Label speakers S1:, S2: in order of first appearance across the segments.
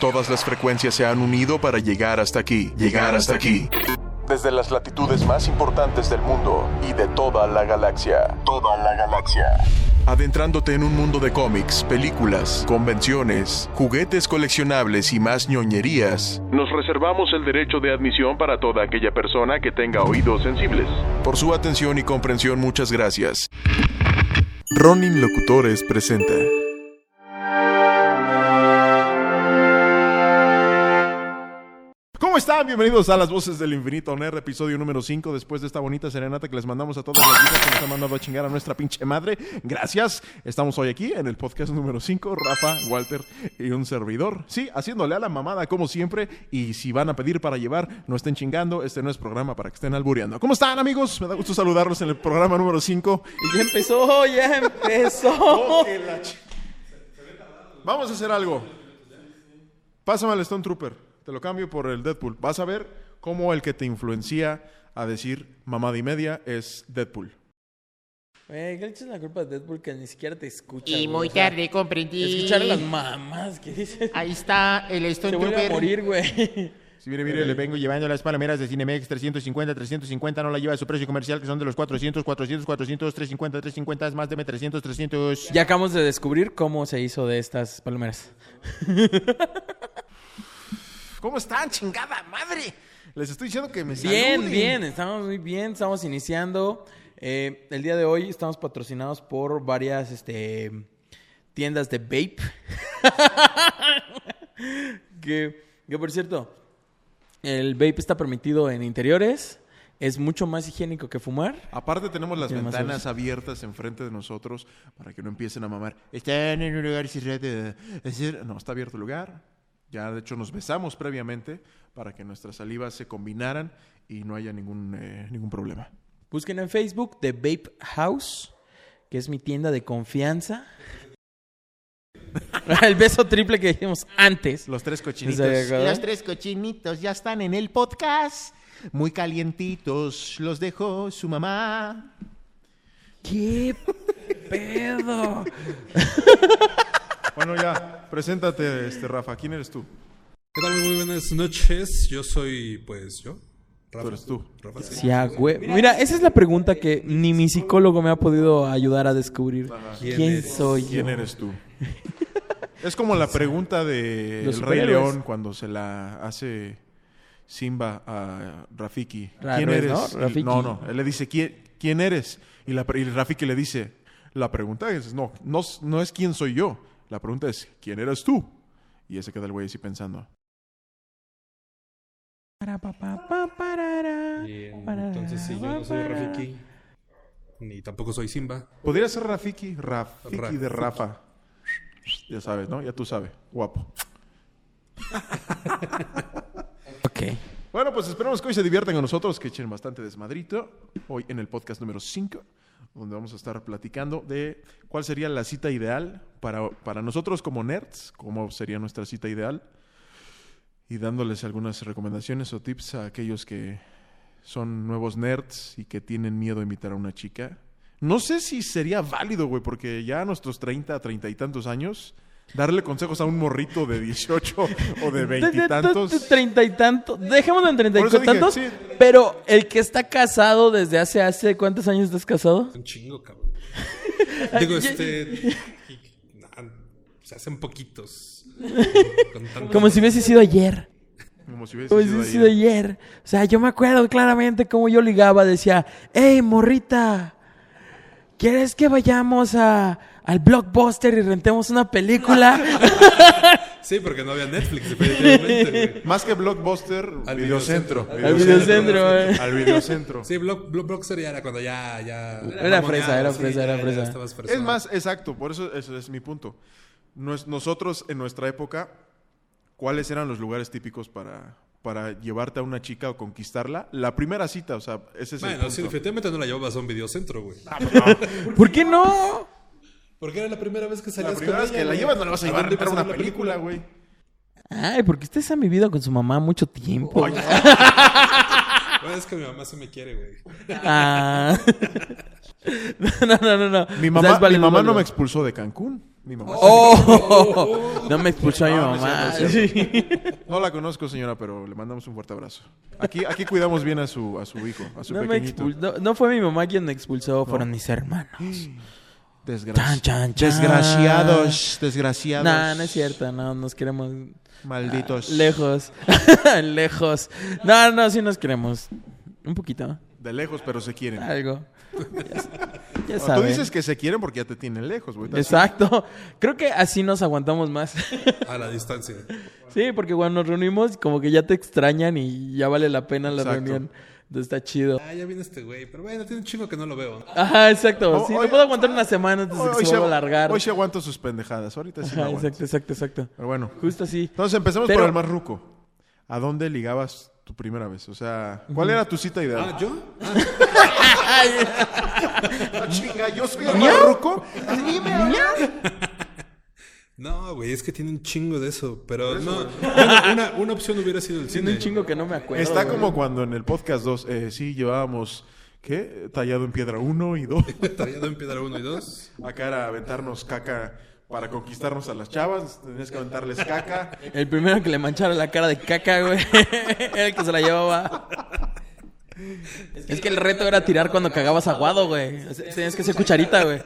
S1: Todas las frecuencias se han unido para llegar hasta aquí. Llegar hasta aquí. Desde las latitudes más importantes del mundo y de toda la galaxia. Toda la galaxia. Adentrándote en un mundo de cómics, películas, convenciones, juguetes coleccionables y más ñoñerías.
S2: Nos reservamos el derecho de admisión para toda aquella persona que tenga oídos sensibles.
S1: Por su atención y comprensión, muchas gracias. Ronin Locutores presenta.
S3: ¿Cómo están? Bienvenidos a Las Voces del Infinito Honor, episodio número 5, después de esta bonita serenata que les mandamos a todas las chicas que nos han mandado a chingar a nuestra pinche madre. Gracias. Estamos hoy aquí en el podcast número 5, Rafa, Walter y un servidor. Sí, haciéndole a la mamada como siempre. Y si van a pedir para llevar, no estén chingando. Este no es programa para que estén albureando. ¿Cómo están, amigos? Me da gusto saludarlos en el programa número 5.
S4: Ya empezó, ya empezó.
S3: Vamos a hacer algo. Pásame al Stone Trooper. Te lo cambio por el Deadpool. Vas a ver cómo el que te influencia a decir mamada y media es Deadpool.
S4: Güey, ¿qué le echas la culpa de Deadpool que ni siquiera te escucha?
S5: Y
S4: güey?
S5: muy Ah,
S4: O sea,
S5: tarde comprendí.
S4: Escuchar a las mamás que dices.
S5: Ahí está el Stone
S4: Te voy a
S5: Trooper.
S4: morir, güey.
S6: Sí, mire, mire, Este le vengo llevando las palomeras de Cinemex 350, 350, no la lleva a su precio comercial, que son de los 400, 400, 400, 350, 350, es más, deme 300, 300.
S4: Ya acabamos de descubrir cómo se hizo de estas palomeras.
S3: ¿Cómo están, chingada madre? Les estoy diciendo que me
S4: Bien,
S3: saluden.
S4: bien, estamos muy bien, estamos iniciando. Eh, el día de hoy estamos patrocinados por varias este, tiendas de vape. que, que, por cierto, el vape está permitido en interiores, es mucho más higiénico que fumar.
S3: Aparte tenemos las
S4: Ya más
S3: ventanas
S4: sabes.
S3: abiertas enfrente de nosotros para que no empiecen a mamar.
S6: Están en un lugar cerrado.
S3: Es decir, no, está abierto el lugar. Ya de hecho nos besamos previamente para que nuestras salivas se combinaran y no haya ningún, eh, ningún problema.
S4: Busquen en Facebook The Vape House, que es mi tienda de confianza. el beso triple que dijimos antes.
S3: Los tres
S4: ¿Sí
S3: cochinitos.
S4: se acuerdan?
S6: Los tres cochinitos ya están en el podcast. Muy calientitos, los dejó su mamá.
S4: ¿Qué pedo?
S3: Bueno, ya, preséntate, este, Rafa. ¿Quién eres tú?
S7: ¿Qué tal? Muy buenas noches. Yo soy, pues, yo. Rafa.
S3: Tú eres tú.
S7: Rafa, sí.
S4: Sí, ah, güey. Mira, esa es la pregunta que ni mi psicólogo me ha podido ayudar a descubrir. ¿Quién,
S7: ¿Quién eres?
S4: soy yo?
S3: ¿Quién eres tú? Es como la pregunta de
S4: Los
S3: El Rey
S4: superhéroes.
S3: León cuando se la hace Simba a Rafiki.
S4: Raro
S3: ¿Quién
S4: es,
S3: eres?
S4: ¿no? Rafiki.
S3: No, no. Él le dice, ¿quién, quién eres? Y, la, pre- y Rafiki le dice, la pregunta es, no, no, s- no es quién soy yo. La pregunta es, ¿quién eres tú? Y ese queda el güey así pensando.
S4: Para, pa, pa, pa, parara,
S7: Y en-
S4: parara,
S7: entonces, sí, yo no soy
S4: parara.
S7: Rafiki. Ni tampoco soy Simba.
S3: Podría ser Rafiki. Rafiki de
S7: Rafiki.
S3: Rafa. Ya sabes, ¿no? Ya tú sabes. Guapo.
S4: Ok.
S3: Bueno, pues esperamos que hoy se diviertan con nosotros, que echen bastante desmadrito. Hoy en el podcast número 5, donde vamos a estar platicando de cuál sería la cita ideal para, para nosotros como nerds, cómo sería nuestra cita ideal. Y dándoles algunas recomendaciones o tips a aquellos que son nuevos nerds y que tienen miedo a invitar a una chica. No sé si sería válido, güey, porque ya a nuestros 30, 30 y tantos años, darle consejos a un morrito de 18 o de 20 y tantos.
S4: Treinta y tantos. Dejémoslo en treinta y
S3: Por eso dije,
S4: tantos.
S3: sí.
S4: Pero el que está casado desde hace, hace ¿cuántos años estás casado?
S7: Un chingo, cabrón. Digo, este. nah, se hacen poquitos. Con tanto-
S4: Como si hubiese sido ayer.
S3: Como si hubiese
S4: Como si
S3: sido
S4: hubiese
S3: ayer.
S4: sido ayer. O sea, yo me acuerdo claramente cómo yo ligaba. Decía, hey, morrita, ¿quieres que vayamos a, al blockbuster y rentemos una película?
S7: Sí, porque no había Netflix, definitivamente, güey.
S3: Más que Blockbuster,
S7: Al
S3: videocentro.
S7: videocentro. Al
S4: videocentro, eh. güey.
S3: Al videocentro.
S7: Sí, Block, Block- Blockbuster ya era cuando ya. ya
S4: Era fresa, era fresa, era fresa.
S3: Es más, exacto, por eso ese es mi punto. Nos- nosotros, en nuestra época, ¿cuáles eran los lugares típicos para, para llevarte a una chica o conquistarla? La primera cita, o sea, ese es el
S7: Bueno,
S3: punto.
S7: sí, definitivamente no la llevabas a un videocentro, güey.
S4: ¿Por qué no?
S7: Porque era la primera vez que
S3: la
S7: salías
S3: primera
S7: con
S3: vez que
S7: ella,
S3: la
S7: güey.
S3: llevas no la vas a llevar a
S7: dónde
S3: rentar
S7: vas
S3: una
S7: ver la
S3: película, güey.
S4: Ay, porque ustedes han vivido con su mamá mucho tiempo. güey.
S7: Bueno, es que mi mamá sí me quiere, güey.
S4: Ah. No, no, no, no.
S3: Mi
S4: O sea,
S3: mamá,
S4: Pues es válido,
S3: mi mamá
S4: válido.
S3: no me expulsó de Cancún. Mi mamá.
S4: ¡Oh! No me expulsó a
S3: Ah,
S4: mi mamá.
S3: No la conozco, señora, pero le mandamos un fuerte abrazo. Aquí, aquí cuidamos bien a su, a su hijo, a su
S4: No, me
S3: pequeñito.
S4: expul- no- no fue mi mamá quien me expulsó, fueron mis hermanos.
S3: Desgraci-
S4: Chan, chan, chan.
S3: Desgraciados, desgraciados.
S4: Ah. Nah, no es cierto, no, nos queremos.
S3: Malditos.
S4: Lejos. Lejos. No, no, sí nos queremos. Un poquito.
S3: De lejos, pero se quieren.
S4: Algo. Ya, ya
S3: No, tú
S4: Ah, saben.
S3: dices que se quieren porque ya te tienen lejos, güey. Estás-
S4: Exacto. Creo que así nos aguantamos más.
S7: A la distancia.
S4: Sí, porque cuando nos reunimos, como que ya te extrañan y ya vale la pena la
S3: Exacto.
S4: reunión. Entonces está chido.
S7: Ah, ya viene este güey. Pero bueno, tiene un chingo que no lo veo.
S4: Ajá, exacto.
S3: Hoy-
S4: Sí,
S3: hoy-
S4: me puedo aguantar una semana antes de que se vuelva a alargar.
S3: hoy se aguanto sus pendejadas. Ahorita sí no
S4: Ajá,
S3: aguanto.
S4: exacto, exacto, exacto.
S3: Pero bueno.
S4: Justo así.
S3: Entonces empecemos
S4: Pero-
S3: por el más ruco. ¿A dónde ligabas tu primera vez? O sea, ¿cuál era tu cita ideal?
S7: Ah, ¿yo?
S3: Ah, chinga, yo soy el más ruco.
S7: No, güey, es que tiene un chingo de eso. Pero no. Bueno, una, una opción hubiera sido el
S4: Tiene
S7: cine.
S4: un chingo que no me acuerdo.
S3: Está
S4: güey.
S3: como cuando en el podcast 2, eh, sí, llevábamos, ¿qué? Tallado en piedra 1 y 2.
S7: Tallado en piedra uno y dos.
S3: Acá era aventarnos caca para conquistarnos a las chavas. Tenías que aventarles caca.
S4: El primero que le manchara la cara de caca, güey. era el que se la llevaba. Es que el reto era tirar cuando cagabas aguado, güey. O sea, Tenías que ser cucharita, güey.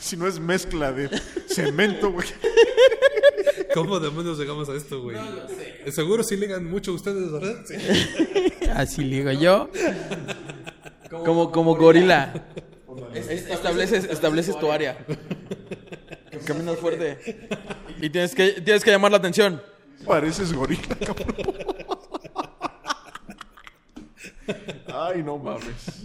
S3: Si no es mezcla de cemento, güey.
S7: ¿Cómo demonios llegamos a esto, güey? Eh, Seguro sí ligan mucho ustedes, ¿verdad? Sí.
S4: Así digo yo. Como, como gorila. Es- Estableces, estableces tu área. Caminas fuerte. Y tienes que, tienes que llamar la atención.
S3: Pareces gorila, cabrón. Ay, no mames.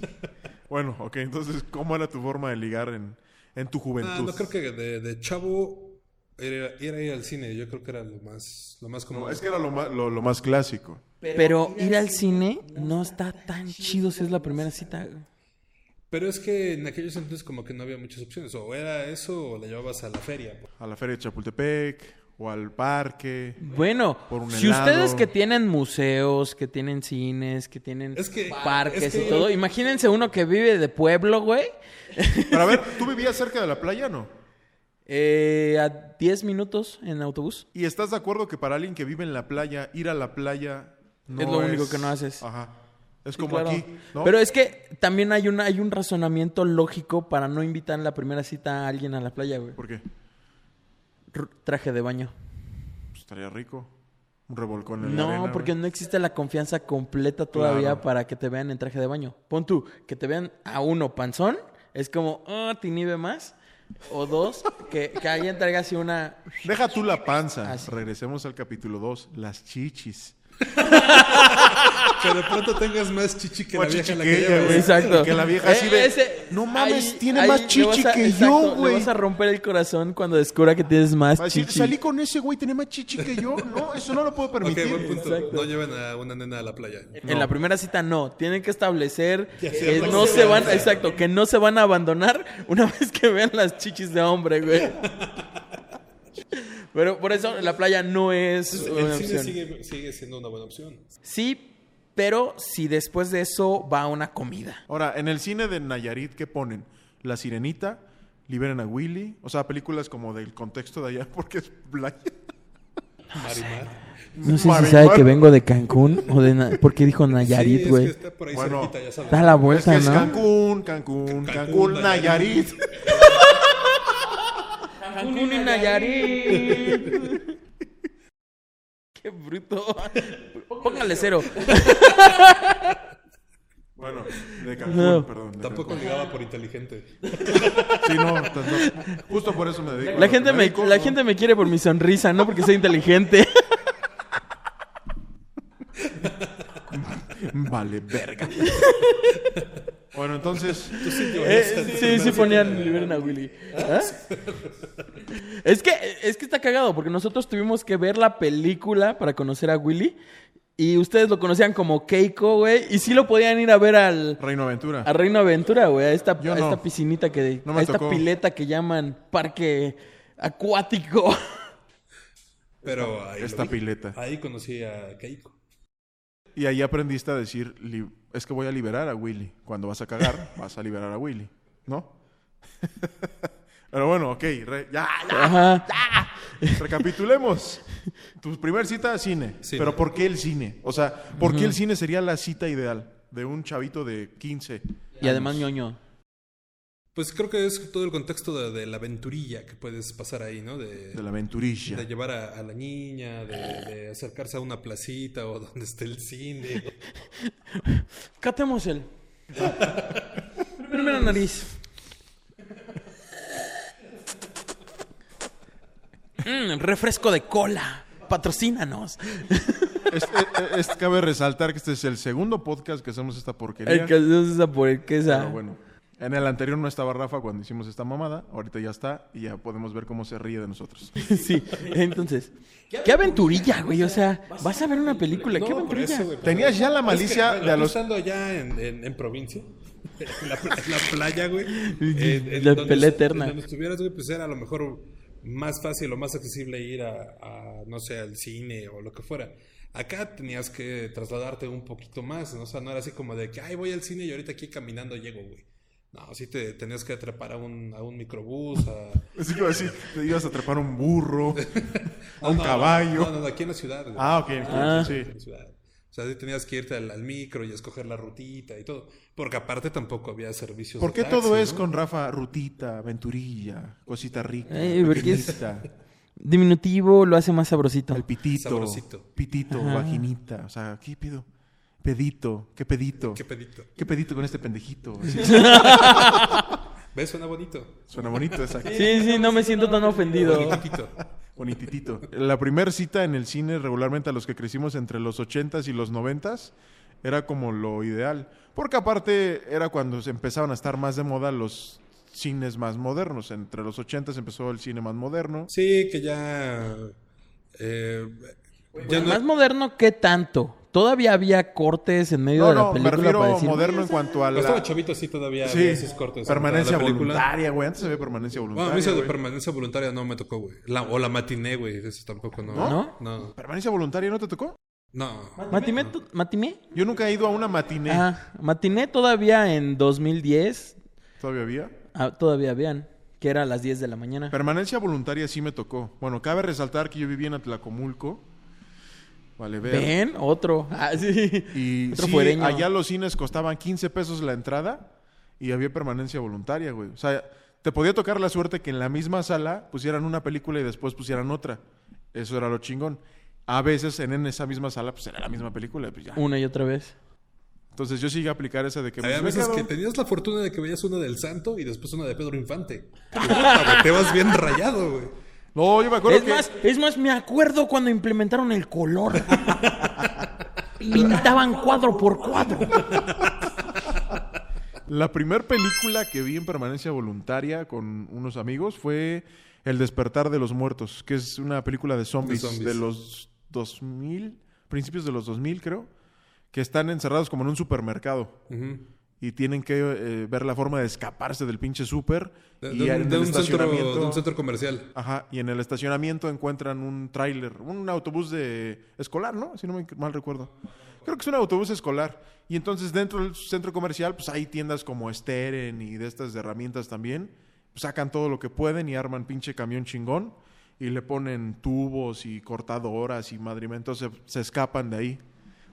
S3: Bueno, ok, entonces, ¿cómo era tu forma de ligar en, en tu
S7: Ah,
S3: juventud?
S7: no creo que de, de chavo era, era ir al cine. Yo creo que era lo más, lo más común.
S3: Es que era lo más, lo, lo más clásico.
S4: Pero ir al cine no está tan chido si es la primera cita. güey.
S7: Pero es que en aquellos entonces como que no había muchas opciones. O era eso o la llevabas a la feria.
S3: A la feria de Chapultepec o al parque.
S4: Bueno,
S3: Por un
S4: si
S3: helado.
S4: ustedes que tienen museos, que tienen cines, que tienen
S7: Es que-
S4: parques
S7: es que-
S4: y todo, imagínense uno que vive de pueblo, güey,
S3: Pero a ver, ¿tú vivías cerca de la playa no?
S4: eh, a 10 minutos en autobús.
S3: ¿Y estás de acuerdo que para alguien que vive en la playa, ir a la playa no
S4: Es lo único que no haces.
S3: Ajá. Es
S4: Sí,
S3: como
S4: claro.
S3: aquí, ¿no?
S4: Pero es que también hay, una, hay un razonamiento lógico para no invitar en la primera cita a alguien a la playa, güey.
S3: ¿Por qué?
S4: R- traje de baño.
S3: Pues estaría rico. Un revolcón en la
S4: No,
S3: arena, güey.
S4: porque no existe la confianza completa todavía
S3: Claro.
S4: para que te vean en traje de baño. Pon tú, que te vean a uno panzón, es como, ah, te inhibe más. O dos, que, que alguien traiga así una...
S3: Deja tú la panza.
S4: Ah, sí.
S3: Regresemos al capítulo 2, las chichis.
S7: Que de pronto tengas más chichi que la
S3: Más
S7: vieja
S3: chichi
S7: en la
S3: que
S7: que
S3: ella, güey.
S7: llevas.
S4: Exacto. Eh,
S3: que la vieja así de, "No mames, tiene más
S4: le
S3: chichi
S4: vas a-
S3: que yo,
S4: exacto,
S3: güey".
S4: Le vas a romper el corazón cuando descubra que tienes más
S3: Va a decir,
S4: chichi.
S3: salí con ese güey, tenía más chichi que yo. No, eso no lo puedo
S7: Ok,
S3: permitir.
S7: buen punto.
S4: Exacto.
S7: No lleven a una nena a la playa.
S4: En la primera cita no, tienen que establecer
S7: Ya
S4: que
S7: cierta
S4: no se van,
S7: confianza.
S4: exacto, que no se van a abandonar una vez que vean las chichis de hombre, güey. Pero por eso la playa no es
S7: El
S4: una
S7: cine
S4: opción.
S7: sigue, sigue siendo una buena opción.
S4: Sí, pero si después de eso va a una comida.
S3: Ahora, en el cine de Nayarit, ¿qué ponen? La Sirenita, Liberen a Willy. O sea, películas como del contexto de allá, porque es playa.
S7: Marimar.
S4: Ah, No sé si
S3: Marimar.
S4: sabe que vengo de Cancún o de Na- porque dijo
S7: Sí,
S4: Nayarit,
S7: es
S4: güey.
S7: que está por ahí
S3: Bueno.
S7: cerquita, ya sabes.
S4: Da la
S3: Es que
S4: vuelta,
S3: es
S4: ¿no?
S3: Cancún, Cancún, Cancún, Nayarit.
S7: Nayarit.
S4: Cancún y Nayarit. Qué bruto. Póngale cero.
S3: Bueno, de Cancún, perdón. de
S7: Tampoco
S3: Cancún.
S7: ligaba por inteligente.
S3: Sí, no, tanto- justo por eso me dedico. a
S4: La
S3: lo
S4: gente,
S3: que
S4: me,
S3: dedico,
S4: la
S3: ¿no?
S4: gente me quiere por mi sonrisa, no porque soy inteligente.
S3: Vale, verga. bueno, entonces.
S4: Eh, sí, sí ponían Liberen a Willy. ¿Ah? Es, que, es que está cagado, porque nosotros tuvimos que ver la película para conocer a Willy. Y ustedes lo conocían como Keiko, güey. Y sí lo podían ir a ver al,
S3: Reino Aventura.
S4: a Reino Aventura, güey. A esta,
S3: Yo
S4: a
S3: no.
S4: esta piscinita que...
S3: No me
S4: a esta
S3: tocó.
S4: pileta que llaman parque acuático.
S7: Pero ahí, lo
S3: Esta
S7: vi.
S3: pileta.
S7: ahí conocí a Keiko.
S3: Y ahí aprendiste a decir, li- es que voy a liberar a Willy. Cuando vas a cagar, vas a liberar a Willy, ¿no? Pero bueno, ok, re- ya, ya,
S4: Ajá.
S3: recapitulemos. Tu primer cita a cine.
S7: Cine.
S3: Pero ¿por qué el cine? O sea, ¿por qué el cine sería la cita ideal de un chavito de 15?
S4: Y además ñoño.
S7: Pues creo que es todo el contexto de, de la aventurilla que puedes pasar ahí, ¿no? De,
S3: De la aventurilla.
S7: de llevar a, a la niña, de, de acercarse a una placita o donde esté el cine.
S4: Catemos el. Primera nariz. Mm, refresco de cola. Patrocínanos.
S3: Es, eh, es- es- cabe resaltar que este es el segundo podcast que hacemos esta porquería.
S4: El que es esa por el que esa.
S3: Pero bueno. En el anterior no estaba Rafa cuando hicimos esta mamada. Ahorita ya está y ya podemos ver cómo se ríe de nosotros.
S4: Sí, entonces. ¿Qué aventurilla, güey? O sea, vas a ver una película. ¿Qué
S7: No, por
S4: aventurilla?
S7: eso, güey, por
S3: Tenías ya la
S7: Es que,
S3: malicia
S7: bueno,
S3: de a
S7: yo
S3: los...
S7: estando allá en, en- en provincia, en la, pla- en la playa, güey.
S4: La
S7: donde
S4: pelea
S7: est-
S4: eterna.
S7: Donde estuvieras, güey, pues era a lo mejor más fácil o más accesible ir a, a, no sé, al cine o lo que fuera. Acá tenías que trasladarte un poquito más, ¿no? O sea, no era así como de que, ay, voy al cine y ahorita aquí caminando llego, güey. No, sí te tenías que trepar a un, a un microbús, a...
S3: Así que iba a decir, te ibas a trepar un burro, a un
S7: No, no,
S3: caballo.
S7: No, no, no, aquí en la ciudad, güey.
S3: Ah, ok. ok,
S4: Ah.
S3: Sí.
S7: en la ciudad. O sea, sí tenías que irte al, al micro y escoger la rutita y todo. Porque aparte tampoco había servicios.
S3: ¿Por
S7: de
S3: qué
S7: taxi,
S3: todo es
S7: Pues ¿no?
S3: con Rafa rutita, aventurilla, cosita rica,
S4: Eh, porque es-
S3: pequeñita,
S4: Diminutivo lo hace más sabrosito.
S3: el pitito,
S7: Sabrosito.
S3: pitito, vaginita? O sea, ¿qué pedo? Pedito, ¿qué pedito?
S7: Qué
S3: ¿Qué,
S7: pedito.
S3: pedito con este pendejito? Así,
S7: ¿Ves? Suena bonito.
S3: suena bonito, exacto.
S4: Sí, sí, no me siento tan ofendido.
S7: Bonitito.
S3: Bonititito. La primera cita en el cine, regularmente a los que crecimos entre los 80s y los 90s, era como lo ideal. Porque aparte era cuando se empezaban a estar más de moda los cines más modernos. Entre los 80s empezó el cine más moderno.
S7: Sí, que ya. eh, ya
S4: Más
S7: no.
S4: moderno, ¿qué tanto? Todavía había cortes en medio
S3: No,
S4: de la
S3: no, me
S4: película para
S3: refiero
S4: decir.
S3: moderno en cuanto a
S7: Cuando estaba
S3: la...
S7: chavito, sí, todavía
S3: Sí,
S7: había esos cortes.
S3: permanencia
S7: La película-
S3: voluntaria, güey. Antes se ve permanencia
S7: Bueno,
S3: voluntaria.
S7: a mí eso de
S3: güey.
S7: permanencia voluntaria no me tocó, güey. La- o la matiné, güey. Eso tampoco, no.
S4: ¿No?
S7: No.
S3: ¿Permanencia voluntaria no te tocó?
S7: No.
S4: ¿Matimé? tú- ¿Matimé?
S3: Yo nunca he ido a una matiné.
S4: Ajá. Matiné todavía en 2010.
S3: Todavía había.
S4: ah, todavía habían. Que era a las 10 de la mañana.
S3: Permanencia voluntaria sí me tocó. Bueno, cabe resaltar que yo viví en Atlacomulco. Vale, ver.
S4: Ven, otro. Ah, sí.
S3: eh, Y
S4: Otro
S3: sí,
S4: fuereño.
S3: allá los cines costaban 15 pesos la entrada y había permanencia voluntaria, güey. O sea, te podía tocar la suerte que en la misma sala pusieran una película y después pusieran otra. Eso era lo chingón. A veces en, en esa misma sala pues era la misma película, pues ya.
S4: Una y otra vez.
S3: Entonces yo sigo a aplicar esa de que...
S7: Había
S3: pues, me
S7: veces que
S3: quedo-
S7: tenías la fortuna de que veías una del Santo y después una de Pedro Infante. Y, puta, güey, Te vas bien rayado, güey.
S3: No, yo me acuerdo
S4: Es
S3: que...
S4: más, es más, me acuerdo cuando implementaron el color. Pintaban cuadro por cuadro.
S3: La primera película que vi en permanencia voluntaria con unos amigos fue El despertar de los muertos, que es una película de zombies de,
S7: De zombies.
S3: los 2000, principios de los 2000 creo, que están encerrados como en un supermercado
S7: Ujú.
S3: y tienen que eh, ver la forma de escaparse del pinche super
S7: De,
S3: y
S7: de un-
S3: en
S7: de
S3: el
S7: un centro,
S3: estacionamiento
S7: de un centro comercial.
S3: Ajá, y en el estacionamiento encuentran un tráiler, un autobús de escolar, ¿no? Si no me mal recuerdo. Creo que es un autobús escolar. Y entonces dentro del centro comercial, pues hay tiendas como Steren y de estas de herramientas también. Sacan todo lo que pueden y arman pinche camión chingón. Y le ponen tubos y cortadoras y madrimentos. Se, se escapan de ahí.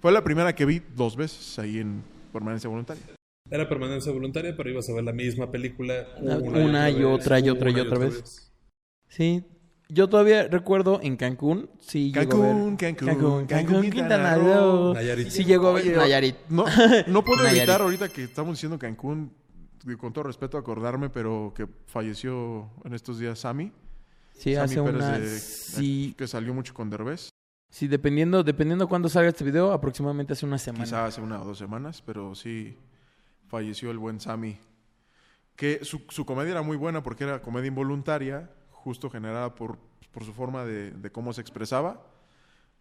S3: Fue la primera que vi dos veces ahí en permanencia voluntaria.
S7: Era permanencia voluntaria, pero ibas a ver la misma película
S4: Una y otra y otra y otra vez. Sí. Yo todavía recuerdo en Cancún, sí llegó a ver.
S3: Cancún, Cancún, Cancún, Quintana Roo.
S7: Nayarit.
S4: Sí llegó a ver
S3: Oye,
S4: Nayarit.
S3: No, no puedo
S4: Nayarit.
S3: evitar ahorita que estamos diciendo Cancún, digo, con todo respeto acordarme, pero que falleció en estos días Sammy.
S4: Sí,
S3: Sammy
S4: hace
S3: Pérez
S4: una...
S3: de-
S4: Sí,
S3: Que salió mucho con Derbez.
S4: sí, dependiendo, dependiendo cuándo salga este video, aproximadamente hace una semana.
S3: Quizá hace una o dos semanas, pero sí falleció el buen Sammy. Que su, su comedia era muy buena porque era comedia involuntaria, justo generada por, por su forma de, de cómo se expresaba.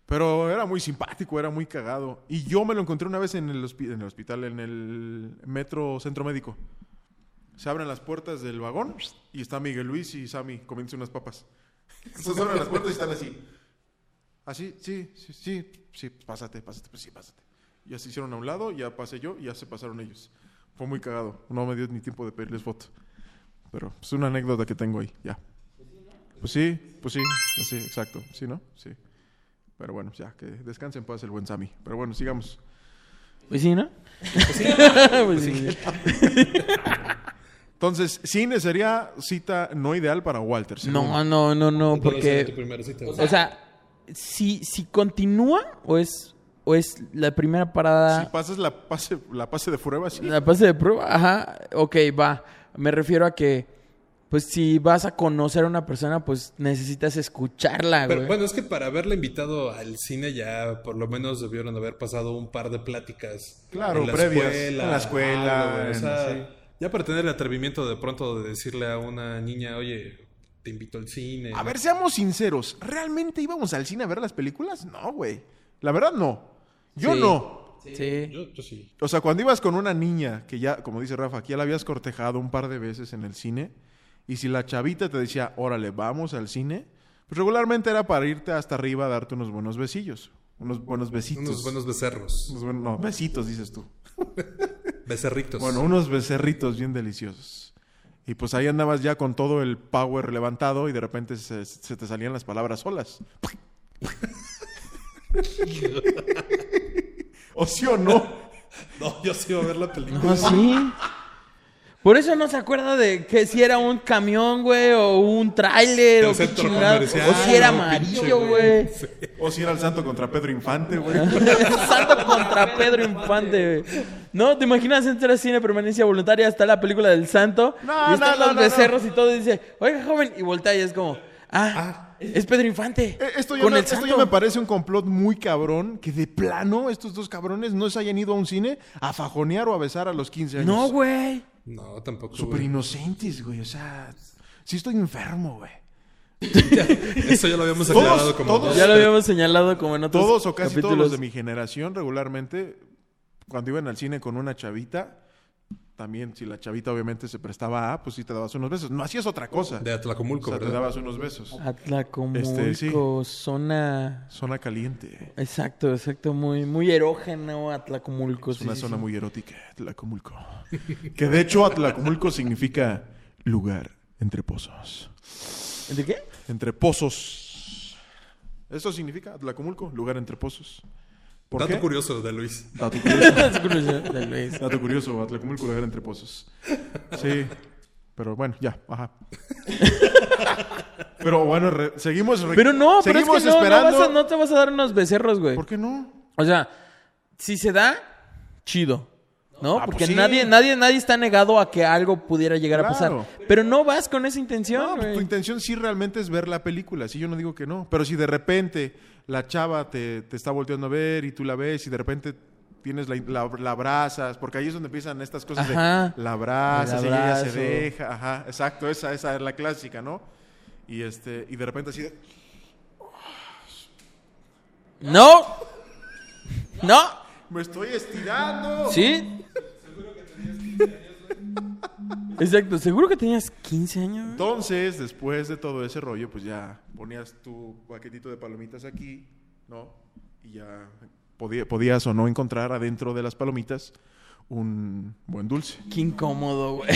S3: Pero era muy simpático, era muy cagado. Y yo me lo encontré una vez en el, hospi- en el hospital, en el metro centro médico. Se abren las puertas del vagón y está Miguel Luis y Sammy comiéndose unas papas. Entonces abren Ah, las puertas y están así. Así, sí, sí, sí, sí, pásate, pásate, pues sí, pásate. Ya se hicieron a un lado, ya pasé yo y ya se pasaron ellos. Fue muy cagado. No me dio ni tiempo de pedirles foto. Pero es una anécdota que tengo ahí, ya. Pues sí, pues sí, pues sí, exacto. Sí, ¿no? Sí. Pero bueno, ya, que descanse en paz el buen Sammy. Pero bueno, sigamos.
S4: Pues sí, ¿no? Pues sí.
S3: Entonces, cine sería cita no ideal para Walter. según-
S4: No, no, no, no,
S7: Porque... Tu
S4: porque...
S7: primera cita.
S4: O sea, si, si continúa o es, o es la primera parada...
S3: Si pasas la pase, la pase de prueba, sí.
S4: La fase de prueba, ajá. Ok, va. Me refiero a que, pues si vas a conocer a una persona, pues necesitas escucharla,
S7: Pero
S4: güey.
S7: bueno, es que para haberla invitado al cine ya por lo menos debieron haber pasado un par de pláticas.
S3: Claro, previas, en la
S7: escuela. algo, o sea,
S3: en-
S7: ya para tener el atrevimiento de pronto de decirle a una niña, oye, te invito al cine.
S3: A ver, seamos sinceros. ¿Realmente íbamos al cine a ver las películas? No, güey. La verdad, no. Yo
S4: Sí.
S3: no.
S4: Sí.
S7: Yo, yo sí.
S3: O sea, cuando ibas con una niña que ya, como dice Rafa, que ya la habías cortejado un par de veces en el cine, y si la chavita te decía, órale, vamos al cine, pues regularmente era para irte hasta arriba a darte unos buenos besillos. Unos buenos besitos.
S7: Unos buenos becerros.
S3: Unos buen- no, besitos, dices tú.
S7: Becerritos.
S3: Bueno, unos becerritos bien deliciosos. Y pues ahí andabas ya con todo el power levantado y de repente se, se te salían las palabras solas. ¿O sí o no?
S7: No, yo sí iba a ver la película.
S4: No, Ah, sí. Por eso no se acuerda de que si era un camión, güey, o un tráiler, o
S7: El
S4: qué
S7: centro
S4: chingado. O
S7: comercial,
S4: si era
S7: o pinche,
S4: amarillo,
S7: güey.
S4: güey.
S3: ¿O si era el santo contra Pedro Infante, güey?
S4: Santo contra Pedro Infante, güey. No, ¿te imaginas entrar al cine permanencia voluntaria? Está la película del santo.
S3: No,
S4: y están
S3: no, no,
S4: los
S3: no,
S4: becerros y todo. Y dice, oiga, joven. Y voltea y es como, ah, es Pedro Infante.
S3: Eh, Esto ya,
S4: con
S3: me,
S4: el
S3: esto ya
S4: santo.
S3: me parece un complot muy cabrón que de plano estos dos cabrones no se hayan ido a un cine a fajonear o a besar a los 15 años.
S4: No, güey.
S7: No, tampoco.
S3: Súper
S7: güey.
S3: inocentes, güey. O sea, sí estoy enfermo, güey.
S7: Eso ya lo habíamos
S3: Todos-
S7: aclarado como
S3: todos-
S7: dos.
S4: Ya lo habíamos señalado como en otros
S3: Todos o casi
S4: capítulos.
S3: todos los de mi generación regularmente, cuando iban al cine con una chavita, también si la chavita obviamente se prestaba a, pues sí te dabas unos besos. No hacías otra cosa.
S7: De
S3: o
S7: Atlacomulco,
S3: sea, te
S7: ¿verdad?
S3: dabas unos besos.
S4: Atlacomulco,
S3: Este, sí.
S4: zona...
S3: Zona caliente.
S4: Exacto, exacto. Muy, muy erógeno Atlacomulco.
S3: Es
S4: sí,
S3: una
S4: sí,
S3: zona
S4: sí.
S3: muy erótica, Atlacomulco. que de hecho Atlacomulco significa lugar entre pozos.
S4: ¿De qué?
S3: Entre pozos. Esto significa Atlacomulco, lugar entre pozos. ¿Por
S7: Dato
S3: qué?
S7: curioso de Luis.
S3: Dato curioso.
S4: Es curiosidad de Luis.
S3: Dato curioso, Atlacomulco, lugar entre pozos. Sí, pero bueno, ya, ajá. Pero bueno, re- seguimos... re-
S4: Pero no, pero es
S3: seguimos
S4: que no, no
S3: esperando.
S4: vas a- no te vas a dar unos becerros, güey.
S3: ¿Por qué no?
S4: O sea, si se da, chido. ¿No?
S3: Ah, pues
S4: Porque
S3: sí.
S4: nadie, nadie, nadie está negado a que algo pudiera llegar
S3: Claro.
S4: a pasar. Pero no vas con esa
S3: No,
S4: intención,
S3: pues,
S4: güey.
S3: tu intención sí realmente es ver la película, sí, yo no digo que no. Pero si de repente la chava te, te está volteando a ver y tú la ves y de repente tienes la, la, la abrazas, porque ahí es donde empiezan estas cosas
S4: Ajá.
S3: de la abrazas
S4: El
S3: y ella se
S4: abrazo.
S3: deja, ajá, exacto, esa, esa es la clásica, ¿no? Y, este, y de repente así de...
S4: No. No.
S3: ¡Me estoy estirando!
S4: ¿Sí? Exacto, seguro que tenías 15 años. güey?
S3: Entonces, después de todo ese rollo, pues ya ponías tu paquetito de palomitas aquí, ¿no? Y ya podía- podías o no encontrar adentro de las palomitas un buen dulce.
S4: Qué incómodo, güey.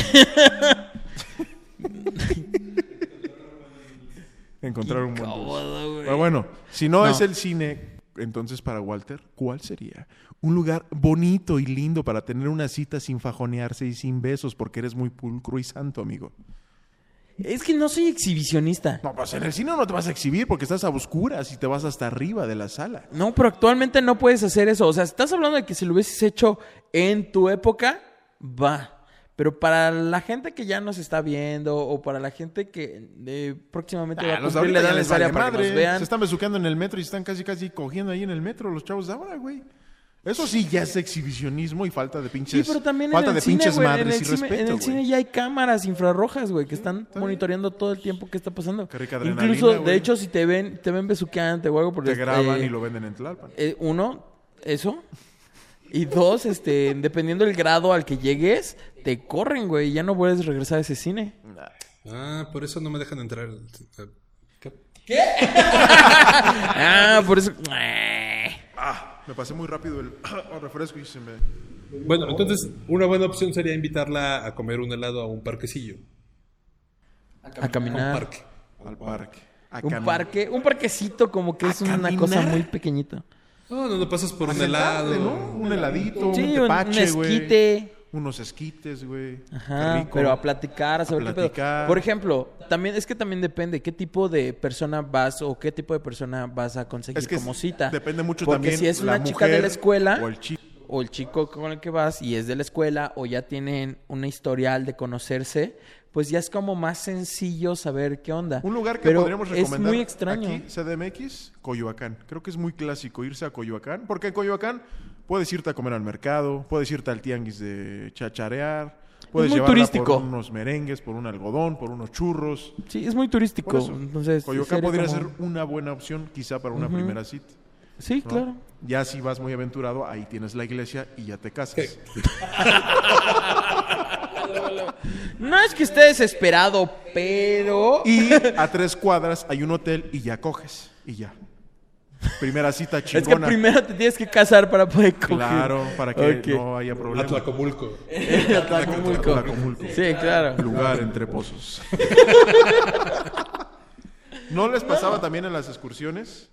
S3: Encontrar un buen dulce.
S4: Incómodo, güey.
S3: Pero bueno, si no,
S4: No.
S3: es el cine, entonces para Walter, ¿cuál sería? Un lugar bonito y lindo para tener una cita sin fajonearse y sin besos, porque eres muy pulcro y santo, amigo.
S4: Es que no soy exhibicionista.
S3: No, pues en el cine no te vas a exhibir porque estás a oscuras y te vas hasta arriba de la sala.
S4: No, pero actualmente no puedes hacer eso. O sea, estás hablando de que si lo hubieses hecho en tu época, va. Pero para la gente que ya nos está viendo o para la gente que eh, próximamente va a
S3: Ah, los
S4: cumplir la
S3: ahorita
S4: edad
S3: ya les
S4: necesaria
S3: vale
S4: para que
S3: madre.
S4: nos vean.
S3: Se están besuqueando en el metro y están casi casi cogiendo ahí en el metro los chavos de ahora, güey. Eso sí ya es exhibicionismo y falta de
S4: Sí,
S3: pinches
S4: pero también en
S3: falta
S4: el
S3: de
S4: cine,
S3: pinches
S4: güey, en el,
S3: madres y
S4: cine,
S3: respeto,
S4: en el
S3: güey.
S4: cine ya hay cámaras infrarrojas, güey, que están monitoreando todo el tiempo que está pasando.
S3: Qué rica adrenalina,
S4: Incluso, de
S3: güey.
S4: hecho, si te ven, te ven besuqueante o algo por
S3: Te
S4: el-
S3: graban
S4: eh,
S3: y lo venden en Tlalpan.
S4: Eh, uno, eso. Y dos, este, dependiendo del grado al que llegues, te corren, güey. y Ya no puedes regresar a ese cine.
S7: Ah, por eso no me dejan entrar. ¿Qué?
S4: Ah, por eso.
S3: Me pasé muy rápido el refresco y se me...
S7: Bueno, entonces una buena opción sería invitarla a comer un helado a un parquecillo.
S4: A
S7: A un
S4: caminar.
S7: parque.
S3: Al parque. A
S4: Un
S3: caminar.
S4: parque, un parquecito como que es una
S3: caminar?
S4: cosa muy pequeñita.
S7: No, no, no pasas por
S3: A
S7: un
S3: sentarte,
S7: helado.
S3: ¿no? Un heladito,
S4: Sí,
S3: un
S4: un-
S3: tepache,
S4: un
S3: güey.
S4: esquite.
S3: Unos esquites, güey. Qué
S4: Ajá,
S3: rico.
S4: pero a platicar, a saber qué pedo.
S3: platicar.
S4: Por ejemplo, también es que también depende qué tipo de persona vas o qué tipo de persona vas a conseguir
S3: Es que
S4: como cita.
S3: depende mucho
S4: Porque
S3: también
S4: si es
S3: la
S4: una chica de
S3: mujer
S4: la escuela
S3: o el chico.
S4: o el chico con el que vas y es de la escuela o ya tienen una historial de conocerse, pues ya es como más sencillo saber qué onda.
S3: Un lugar que
S4: Pero
S3: podríamos recomendar
S4: Es muy extraño.
S3: aquí, CDMX, Coyoacán. Creo que es muy clásico irse a Coyoacán, porque en Coyoacán puedes irte a comer al mercado, puedes irte al tianguis de chacharear, puedes
S4: muy
S3: llevarla
S4: turístico.
S3: por unos merengues, por un algodón, por unos churros.
S4: Sí, es muy turístico.
S3: Por eso,
S4: Entonces,
S3: Coyoacán
S4: sería
S3: podría
S4: como-
S3: ser una buena opción quizá para una primera cita.
S4: Sí,
S3: ¿no?
S4: claro.
S3: Ya si vas muy aventurado, ahí tienes la iglesia y ya te casas.
S4: No es que esté desesperado, pero...
S3: Y a tres cuadras hay un hotel y ya coges. Y ya. Primera cita
S4: Es que
S3: chingona.
S4: primero te tienes que casar para poder coger.
S3: Claro, para que
S4: Ok.
S3: no haya
S7: A
S3: problemas.
S7: Tlacomulco.
S4: Atlacomulco.
S3: Atlacomulco.
S4: Sí, claro.
S3: Lugar entre pozos. ¿No les pasaba también en las excursiones?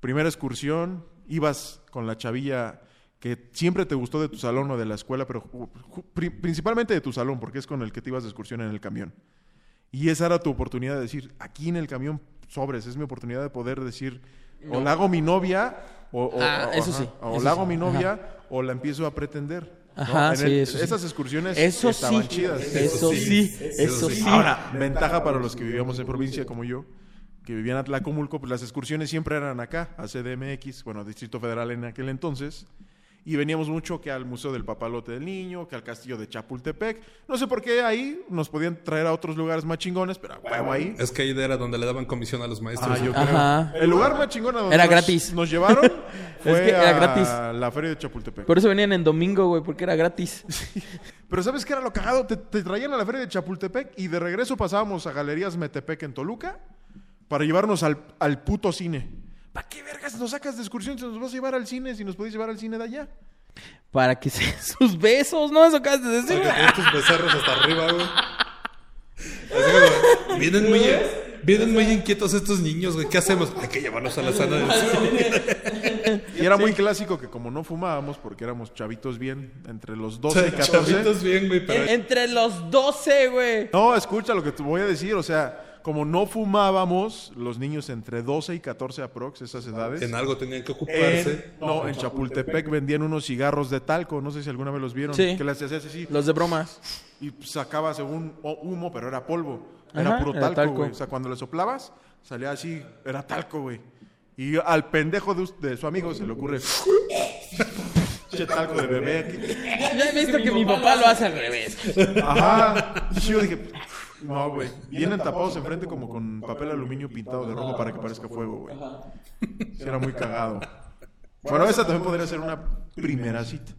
S3: Primera excursión, ibas con la chavilla que siempre te gustó de tu salón o de la escuela, pero ju- ju- pri- principalmente de tu salón, porque es con el que te ibas de excursión en el camión. Y esa era tu oportunidad de decir, aquí en el camión sobres, es mi oportunidad de poder decir, o la hago mi novia, o, o-
S4: Ah,
S3: o-
S4: eso
S3: ajá,
S4: sí,
S3: o
S4: eso
S3: la hago
S4: sí,
S3: mi
S4: ajá.
S3: novia, o la empiezo a pretender. ¿no?
S4: Ajá,
S3: En
S4: sí, eso sí.
S3: Esas excursiones
S4: Eso
S3: estaban
S4: sí.
S3: chidas.
S4: Eso sí. Eso sí.
S3: Ahora, ventaja para los que vivíamos en provincia como yo, que vivían en Atlacomulco, pues las excursiones siempre eran acá, a CDMX, bueno, Distrito Federal en aquel entonces. Y veníamos mucho que al Museo del Papalote del Niño, que al Castillo de Chapultepec. No sé por qué ahí nos podían traer a otros lugares más chingones, pero a huevo ahí.
S7: Es que ahí era donde le daban comisión a los maestros.
S3: Ah, yo creo.
S4: Ajá.
S3: El lugar más chingón a donde
S4: Era
S3: nos,
S4: gratis.
S3: nos llevaron fue
S4: que era
S3: a
S4: gratis.
S3: la feria de Chapultepec.
S4: Por eso venían en domingo, güey, porque era gratis.
S3: Pero ¿sabes qué era lo cagado? Te, te traían a la feria de Chapultepec y de regreso pasábamos a Galerías Metepec en Toluca para llevarnos al, al puto cine. ¿Para qué vergas nos sacas de excursión si nos vas a llevar al cine si nos podéis llevar al cine de allá?
S4: Para que se sus besos, ¿no? Eso acabas de decir.
S7: Porque tienes tus becerros hasta arriba, güey. Así como, vienen muy, vienen muy inquietos estos niños, güey. ¿Qué hacemos? Hay que llevarlos a la sala del cine.
S3: Y era muy clásico que como no fumábamos porque éramos chavitos bien entre los 12 y 14.
S7: Chavitos bien, güey, pero...
S4: En- Entre los 12, güey.
S3: No, escucha lo que te voy a decir, o sea, como no fumábamos los niños entre 12 y 14 aprox, esas edades.
S4: Pues,
S7: En algo tenían Ah, que ocuparse.
S3: En- no, en Chapultepec vendían unos cigarros de talco, no sé si alguna vez los vieron,
S4: Sí.
S3: que las hacías así.
S4: Los de broma.
S3: y sacaba según o- humo, pero era polvo. Era
S4: Ajá,
S3: puro
S4: era
S3: talco,
S4: talco.
S3: güey. O sea, cuando le soplabas, salía así, era talco, güey. Y al pendejo de, us- de su amigo se le ocurre. che talco de bebé. aquí".
S4: Ya he visto que mi papá lo hace al revés.
S3: Ajá. Y yo dije, no, güey. Vienen tapados enfrente como con papel aluminio pintado de rojo para que parezca fuego, güey. Sí, Era muy cagado. Bueno, esa también podría ser una primera cita.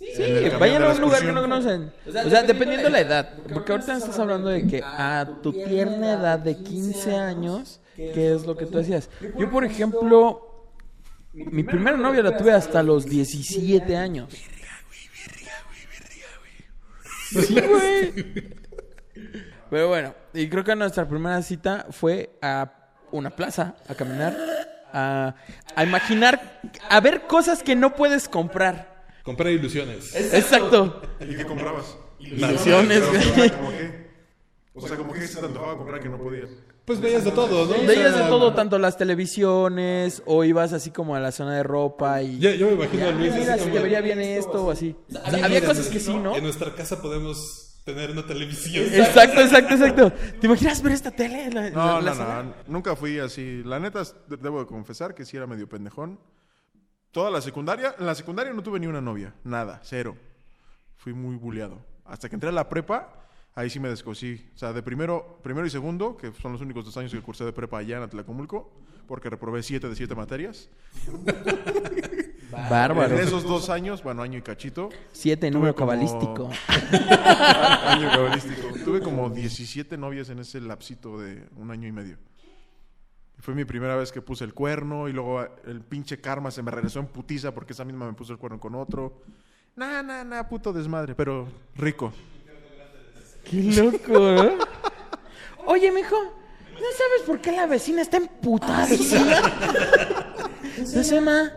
S3: En el
S4: Sí, eh,
S3: camión
S4: vayan
S3: de
S4: a
S3: la
S4: un lugar que
S3: excursión.
S4: no conocen. O sea, dependiendo de la edad. Porque ahorita estás hablando de que a tu tierna edad de 15 años, ¿qué es lo que tú hacías? Yo, por ejemplo, mi primera novia la tuve hasta los 17 años. Sí, güey. Pero bueno, y creo que nuestra primera cita fue a una plaza, a caminar, a, a imaginar, a ver cosas que no puedes comprar.
S7: Comprar ilusiones.
S4: Exacto.
S3: ¿Y qué comprabas?
S4: Ilusiones, güey.
S3: ¿Cómo qué? O sea, como que se te antojaba comprar que no podías.
S7: Pues veías de todo, ¿no?
S4: Veías
S7: O
S4: de
S7: sea,
S4: todo, tanto las televisiones, o ibas así como a la zona de ropa y.
S7: Yo, yo me imagino a Luis
S4: Mira,
S7: así
S4: si
S7: como-
S4: te vería bien esto o así. O sea, había cosas que sí, ¿no?
S7: En nuestra casa podemos tener una televisión.
S4: Exacto, exacto, exacto. ¿Te imaginas ver esta tele? La- la-
S3: No,
S4: la
S3: no,
S4: zona?
S3: no. Nunca fui así. La neta, s- de- debo de confesar que sí era medio pendejón. Toda la secundaria, en la secundaria no tuve ni una novia. Nada, cero. Fui muy buleado. Hasta que entré a la prepa, ahí sí me descosí. O sea, de primero, primero y segundo, que son los únicos dos años que cursé de prepa allá en Atlacomulco, porque reprobé siete de siete materias. En
S4: Bárbaro.
S3: esos dos años, bueno, año y cachito,
S4: Siete en
S3: tuve
S4: uno
S3: como-
S4: cabalístico.
S3: año cabalístico, tuve como 17 novias en ese lapsito de un año y medio. Fue mi primera vez que puse el cuerno y luego ah, el pinche karma se me regresó en putiza porque esa misma me puso el cuerno con otro. Nah, nah, nah, puto desmadre, pero rico.
S4: Qué loco, ¿eh? Oye, mijo, ¿no sabes por qué la vecina está emputada? ¿No se llama?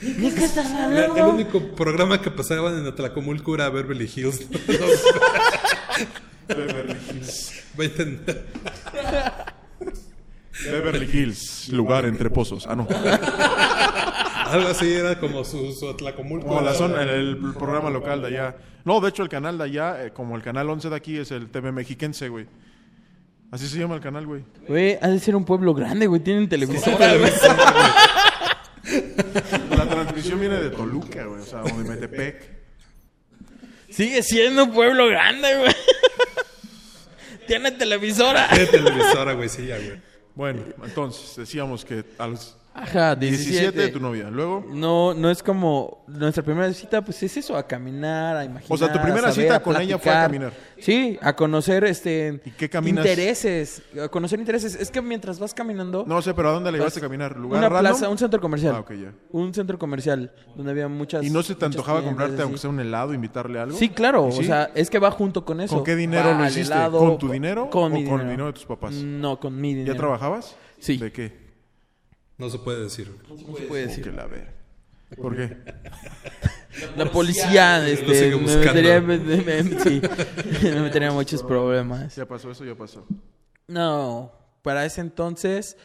S4: ¿De qué estás
S7: Era el
S4: hablando?
S7: único programa que pasaban en Atlacomulco era Beverly Hills. Va a entender.
S3: Beverly Hills, lugar entre pozos. Ah, no.
S7: Algo así era como su, su Atlacomulco.
S3: Como la zona, el, el programa local de allá. No, de hecho, el canal de allá, eh, como el canal 11 de aquí, es el TV mexiquense, güey. Así se llama el canal, güey.
S4: Güey, ha de ser un pueblo grande, güey. Tienen televisora.
S3: La transmisión viene de Toluca, güey, o sea, o de Metepec.
S4: Sigue siendo un pueblo grande, güey. Tiene televisora.
S7: Qué televisora, güey, sí, ya, güey.
S3: Bueno, entonces, decíamos que a los
S4: Ajá,
S3: 17
S4: 17.
S3: de tu novia, luego...
S4: No, no es como nuestra primera cita, pues es eso, a caminar, a imaginar.
S3: O sea, tu
S4: a
S3: primera
S4: saber,
S3: cita
S4: a
S3: con ella fue
S4: platicar.
S3: a caminar.
S4: Sí, a conocer este
S3: ¿Y qué caminas?
S4: intereses, a conocer intereses. Es que mientras vas caminando
S3: No sé, pero ¿a dónde le llevaste a caminar?
S4: Pues,
S3: ¿Lugar
S4: una
S3: random?
S4: plaza, un centro comercial.
S3: Ah, ok, ya.
S4: Un centro comercial donde había muchas
S3: ¿Y no se te
S4: muchas
S3: antojaba
S4: tiendas,
S3: comprarte,
S4: así.
S3: aunque sea un helado, invitarle algo?
S4: Sí, claro,
S3: ¿Y sí?
S4: o sea, es que va junto con eso.
S3: ¿Con qué dinero
S4: Va
S3: lo
S4: al
S3: hiciste?
S4: helado,
S3: ¿Con tu dinero
S4: Con
S3: o
S4: mi
S3: con el dinero de tus papás?
S4: No, con mi dinero.
S3: ¿Ya trabajabas?
S4: eh, Sí.
S3: ¿De qué?
S7: No se puede decir.
S4: No se puede decir.
S3: Que la ver. ¿Por qué?
S4: La policía,
S7: Lo sigue
S4: este, me
S7: buscando.
S4: metería, me- me- me- sí, me metería en muchos problemas.
S3: Ya pasó eso, ya pasó.
S4: No, para ese entonces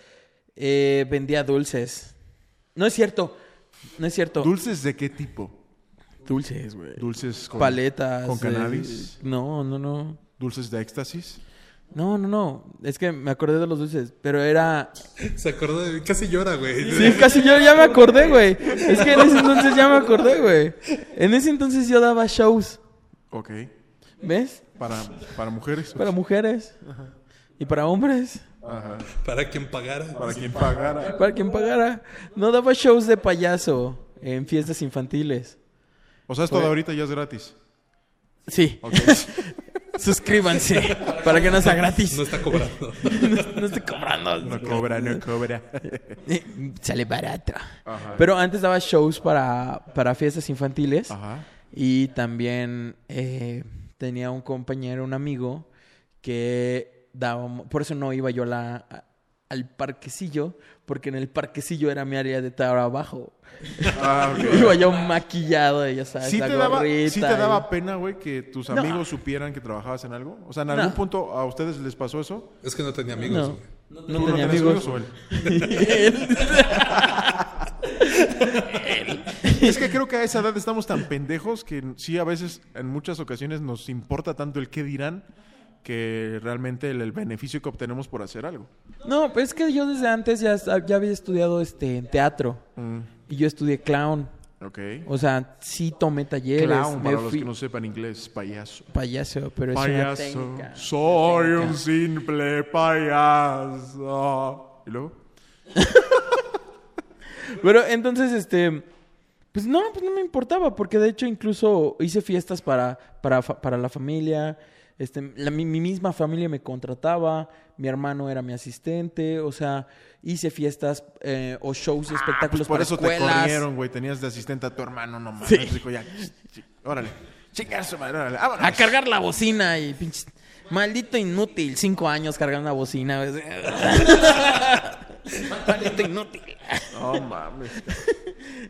S4: eh, vendía dulces. No es cierto, no es cierto.
S3: ¿Dulces de qué tipo?
S4: dulces, güey.
S3: ¿Dulces con,
S4: Paletas.
S3: con
S4: eh,
S3: cannabis?
S4: no, no, no.
S3: ¿Dulces de éxtasis?
S4: No, no, no. Es que me acordé de los dulces, pero era...
S7: Se acordó de Casi llora, güey.
S4: Sí, casi yo ya me acordé, güey. Es que en ese entonces ya me acordé, güey. En ese entonces yo daba shows,
S3: Ok.
S4: ¿ves?
S3: ¿Para, para mujeres?
S4: Para mujeres y para hombres.
S7: Para quien pagara.
S3: Para quien pagara.
S4: Para quien pagara. No daba shows de payaso en fiestas infantiles.
S3: O sea, esto
S4: Pues,
S3: de ahorita ya es gratis.
S4: Sí. Suscríbanse para que no sea gratis.
S7: No está cobrando.
S4: No, no estoy cobrando.
S3: No cobra, no cobra.
S4: Eh, Sale barato. Pero antes daba shows para, para fiestas infantiles.
S3: Ajá.
S4: Y también eh, tenía un compañero, un amigo, que daba... Por eso no iba yo a la, a- al parquecillo, porque en el parquecillo era mi área de trabajo.
S3: Ah, ok.
S4: Iba yo maquillado, ya sabes,
S3: ¿Sí
S4: la
S3: te, daba,
S4: gorrita
S3: sí te
S4: y-
S3: daba pena, güey, que tus
S4: No.
S3: amigos supieran que trabajabas en algo? O sea, ¿en algún
S4: No.
S3: punto a ustedes les pasó eso?
S7: Es que no tenía amigos,
S4: No,
S7: güey.
S4: no,
S3: ¿Tú
S4: tenía
S3: tenías
S4: amigos.
S3: o él? Es que creo que a esa edad estamos tan pendejos que sí, a veces, en muchas ocasiones, nos importa tanto el qué dirán que realmente el, el beneficio que obtenemos por hacer algo.
S4: No, pues es que yo desde antes ya, sa- ya había estudiado este en teatro.
S3: Mm.
S4: Y yo estudié clown.
S3: Ok.
S4: O sea, sí tomé talleres.
S3: Clown,
S4: me
S3: para los
S4: fui-
S3: que no sepan inglés, payaso.
S4: Payaso, pero es una
S3: Payaso.
S4: técnica.
S3: Soy un simple payaso. ¿Y luego?
S4: Pero entonces, este... Pues no, pues no me importaba. Porque de hecho incluso hice fiestas para, para, fa- para la familia. Este, la- mi, mi misma familia me contrataba. Mi hermano era mi asistente. O sea, hice fiestas eh, o shows, espectáculos
S3: Pues por
S4: para
S3: eso
S4: escuelas.
S3: te corrieron, güey. Tenías de asistente a tu hermano nomás.
S4: Sí.
S3: Dijo, ya, ch- órale. Chingar su madre, órale. vámonos.
S4: A cargar la bocina y pinche. Maldito inútil, cinco años cargando la bocina. güey. Maldito inútil.
S3: No mames.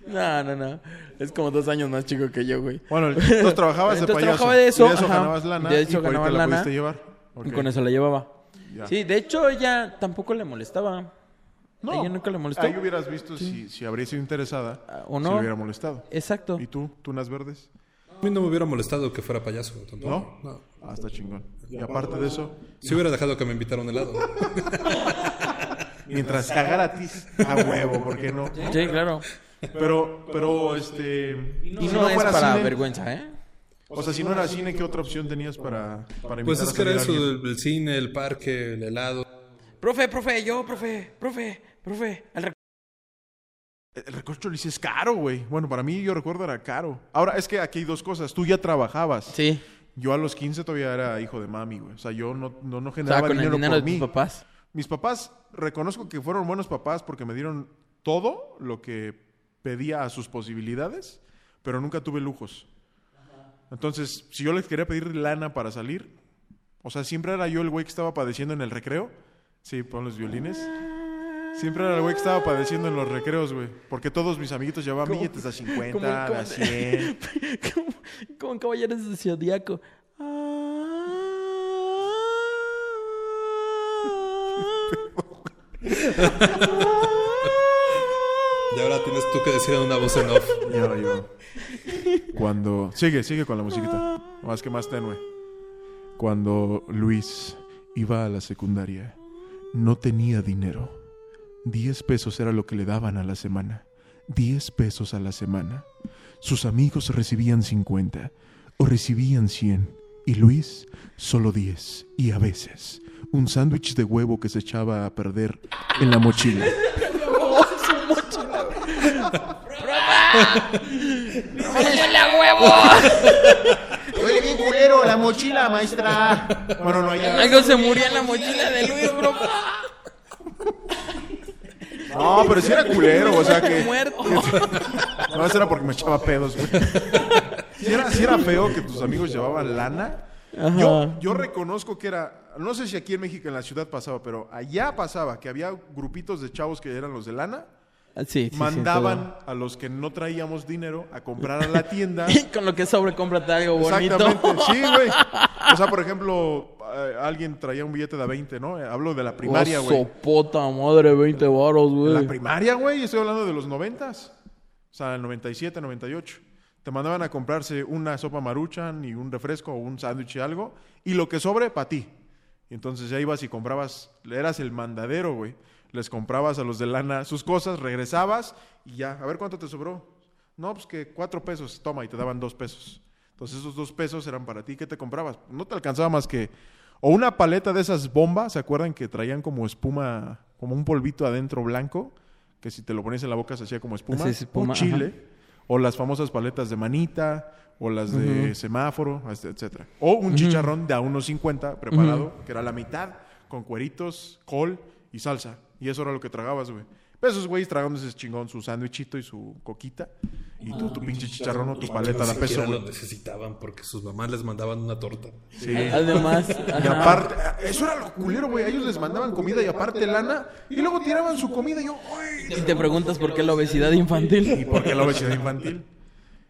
S4: No, no, no. Es como dos años más chico que yo, güey.
S3: Bueno, entonces trabajabas de
S4: Entonces
S3: payaso.
S4: trabajaba de eso,
S3: Y de eso
S4: ajá.
S3: ganabas lana.
S4: De hecho,
S3: y por ahí
S4: ganaba
S3: te la
S4: lana.
S3: pudiste llevar.
S4: Y
S3: Ok.
S4: con eso la llevaba.
S3: Ya.
S4: Sí, de hecho ella tampoco le molestaba.
S3: No.
S4: Ella nunca le molestó.
S3: Ahí hubieras visto si, si habría sido interesada.
S4: Ah, o
S3: Si
S4: no.
S3: le hubiera molestado.
S4: Exacto.
S3: ¿Y tú? ¿Tunas verdes?
S7: A mí no me hubiera molestado que fuera payaso. tampoco.
S3: ¿No? Ah, está chingón. Y aparte de eso,
S7: Si hubiera dejado que me invitara a un helado.
S3: mientras cagara a ti, a huevo, ¿por qué no?
S4: Sí, claro.
S3: Pero, pero, este...
S4: Y no, es
S3: fuera
S4: para
S3: cine,
S4: vergüenza, ¿eh?
S3: O sea, si no era cine, ¿qué otra opción tenías para, para
S7: Pues
S3: invitar
S7: es
S3: a
S7: que
S3: salir a
S7: era eso,
S3: alguien?
S7: el, el cine, el parque, el helado.
S4: Profe, profe, yo, profe, profe, profe. al rec-
S3: El recorcholis es caro, güey. Bueno, para mí yo recuerdo era caro. Ahora, es que aquí hay dos cosas. Tú ya trabajabas.
S4: Sí.
S3: Yo a los 15 todavía era hijo de mami, güey. O sea, yo no, no, no
S4: O sea,
S3: generaba
S4: con el
S3: dinero,
S4: dinero de
S3: por mí.
S4: tus papás.
S3: Mis papás, reconozco que fueron buenos papás porque me dieron todo lo que pedía a sus posibilidades, pero nunca tuve lujos. Entonces, si yo les quería pedir lana para salir, o sea, siempre era yo el güey que estaba padeciendo en el recreo. Sí, pon los violines. Siempre era el güey que estaba padeciendo en los recreos, güey. Porque todos mis amiguitos llevaban billetes de a 50,
S4: como el
S3: de a
S4: conde.
S3: 100.
S4: como, como en caballeros de Zodíaco.
S7: Y ahora tienes tú que decir en una voz en off.
S3: Ya, ya. Cuando. Sigue, sigue con la musiquita. Más que más tenue. Cuando Luis iba a la secundaria, no tenía dinero. Diez pesos era lo que le daban a la semana. Diez pesos a la semana. Sus amigos recibían cincuenta o recibían cien. Y Luis, solo diez. Y a veces, un sándwich de huevo que se echaba a perder en la mochila.
S6: Huele bien culero la mochila, maestra.
S3: Bueno, no, ya.
S4: Algo se murió en la mochila de Luis, bro.
S3: No, pero sí era culero, o sea que.
S4: Muerto.
S3: No, eso era porque me echaba pedos, güey. Si era, sí era feo que tus amigos llevaban lana. Yo, yo reconozco que era, no sé si aquí en México, en la ciudad pasaba, pero allá pasaba que había grupitos de chavos que eran los de lana,
S4: Ah, Sí, sí, sí,
S3: mandaban a los que no traíamos dinero a comprar a la tienda.
S4: todo. Y con lo que sobre, cómprate algo bonito.
S3: Exactamente, sí, güey. O sea, por ejemplo, eh, alguien traía un billete de a 20, ¿no? Eh, Hablo de la primaria,
S4: Oh,
S3: güey.
S4: Sopota madre, 20 baros,
S3: En La
S4: güey.
S3: primaria, güey, estoy hablando de los noventas. O sea, el 97, 98. Te mandaban a comprarse una sopa maruchan y un refresco o un sándwich y algo. Y lo que sobre, para ti. Y entonces ya ibas y comprabas, eras el mandadero, güey. Les comprabas a los de lana sus cosas, regresabas y ya. A ver cuánto te sobró. No, pues que cuatro pesos, toma, y te daban dos pesos. Entonces esos dos pesos eran para ti. ¿Qué te comprabas? No te alcanzaba más que... O una paleta de esas bombas, ¿se acuerdan que traían como espuma, como un polvito adentro blanco? Que si te lo ponías en la boca se hacía como espuma.
S4: Sí, sí, espuma,
S3: o chile. O las famosas paletas de manita, o las de semáforo, este, etcétera. O un chicharrón de a 1.50 preparado, que era la mitad, con cueritos, col y salsa. Y eso era lo que tragabas, güey. Pero esos güeyes tragándose chingón su sándwichito y su coquita. Y tú, tu pinche chicharrón o tu paleta de a
S7: Ni siquiera
S3: peso,
S7: lo
S3: güey.
S7: necesitaban porque sus mamás les mandaban una torta.
S3: Sí.
S4: Además.
S3: Y
S4: ajá.
S3: aparte, eso era lo culero, güey. A ellos les mandaban comida y aparte lana. Y luego tiraban su comida y yo, ¡ay!
S4: Y te preguntas por qué la obesidad infantil.
S3: ¿Por qué la obesidad infantil?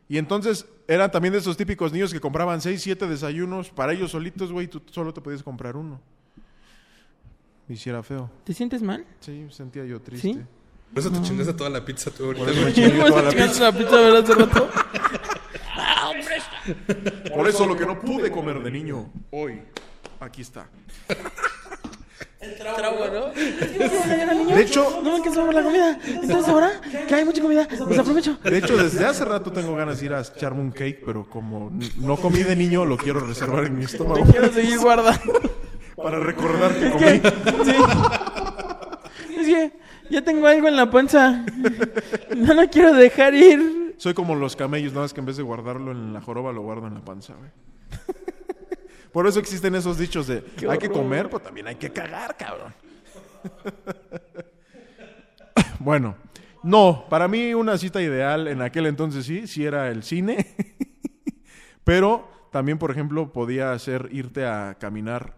S3: Y entonces eran también de esos típicos niños que compraban 6, 7 desayunos para ellos solitos, güey. Tú solo te podías comprar uno. Me hiciera feo.
S4: ¿Te sientes mal?
S3: Sí, me sentía yo triste.
S4: ¿Sí?
S7: Por
S4: Ah.
S7: eso te chingaste toda la pizza tú ahorita.
S3: Por eso me
S7: güey.
S3: chingué
S4: ¿Cómo
S3: toda la
S4: te chingaste la pizza ¿verdad, hace rato?
S3: pizza. Por eso lo que no pude comer de niño hoy, aquí está.
S4: Trago, ¿no? niño?
S3: De hecho-
S4: no me alcanzó por la comida. Entonces ahora que hay mucha comida, pues desaprovecho.
S3: De hecho, desde hace rato tengo ganas de ir a echarme un cake, pero como n- no comí de niño, lo quiero reservar en mi estómago
S4: Quiero seguir guardando.
S3: para recordar que comí.
S4: ¿Qué? Sí. Es que ya tengo algo en la panza. No lo quiero dejar ir.
S3: Soy como los camellos, nada más que en vez de guardarlo en la joroba, lo guardo en la panza, güey. Por eso existen esos dichos de hay que comer, pero también hay que cagar, cabrón. bueno, no, para mí una cita ideal en aquel entonces sí, sí era el cine. pero también, por ejemplo, podía hacer irte a caminar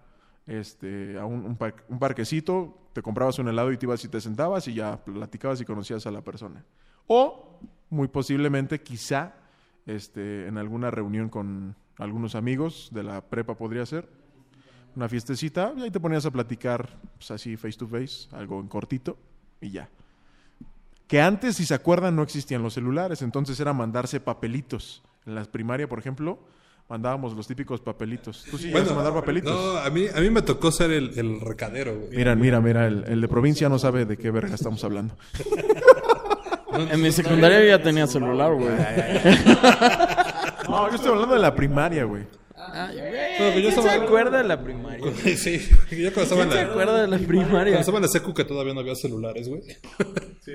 S3: este, a un, un par- un parquecito, te comprabas un helado y te ibas y te sentabas y ya platicabas y conocías a la persona. O, muy posiblemente, quizá, este, en alguna reunión con algunos amigos de la prepa podría ser, una fiestecita, y ahí te ponías a platicar, pues así, face to face, algo en cortito, y ya. Que antes, si se acuerdan, no existían los celulares, entonces era mandarse papelitos. En la primaria, por ejemplo, mandábamos los típicos papelitos. ¿Tú sí llegaste a mandar papelitos?
S7: No, a mí, a mí me tocó ser el, el recadero, güey.
S3: Mira, mira, mira, el, el de provincia no sabe de qué verga estamos hablando.
S4: En mi secundaria yo ya tenía celular, güey.
S3: No, yo estoy hablando de la primaria, güey.
S7: Pero yo
S4: ¿Quién se
S7: estaba-
S4: acuerda de la primaria?
S7: Sí, yo cuando estaba en
S4: ¿Quién se
S7: la...
S4: acuerda de la
S7: Cuando
S4: primaria?
S7: estaba en la secu que todavía no había celulares, güey. Sí,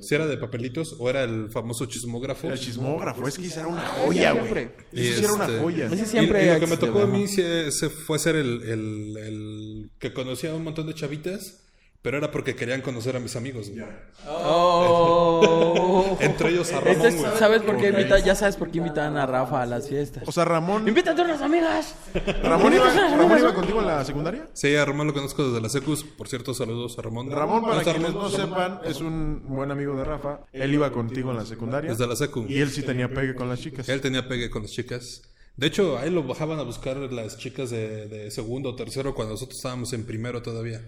S7: Si era de papelitos o era el famoso chismógrafo.
S3: El chismógrafo, es que esa era una joya, güey.
S7: Y
S3: Eso sí era una
S7: este-
S3: joya.
S4: Ese
S7: Y-
S4: siempre
S7: y lo que me
S4: existe,
S7: tocó a
S4: güey.
S7: mí se, se fue a ser el, el- el que conocía a un montón de chavitas Pero era porque querían conocer a mis amigos, güey.
S4: Oh.
S7: Entre ellos a
S4: Este
S7: Ramón,
S4: es-
S7: güey.
S4: ¿Sabes por qué invita- Ya sabes por qué invitan a Rafa a las fiestas.
S3: O sea, Ramón.
S4: Invítate a unas amigas.
S3: Ramón iba,
S4: Invítate a unas
S3: Ramón
S4: amigas.
S3: iba contigo en la secundaria.
S7: Sí, a Ramón lo conozco desde la Secus. Por cierto, saludos a Ramón.
S3: Ramón, para
S7: ¿Dónde está
S3: quienes no
S7: Ramón?
S3: sepan, es un buen amigo de Rafa. Él iba contigo en la secundaria.
S7: Desde la secu.
S3: Y él sí tenía pegue con las chicas.
S7: Él tenía pegue con las chicas. De hecho, ahí lo bajaban a buscar las chicas de, de segundo o tercero cuando nosotros estábamos en primero todavía.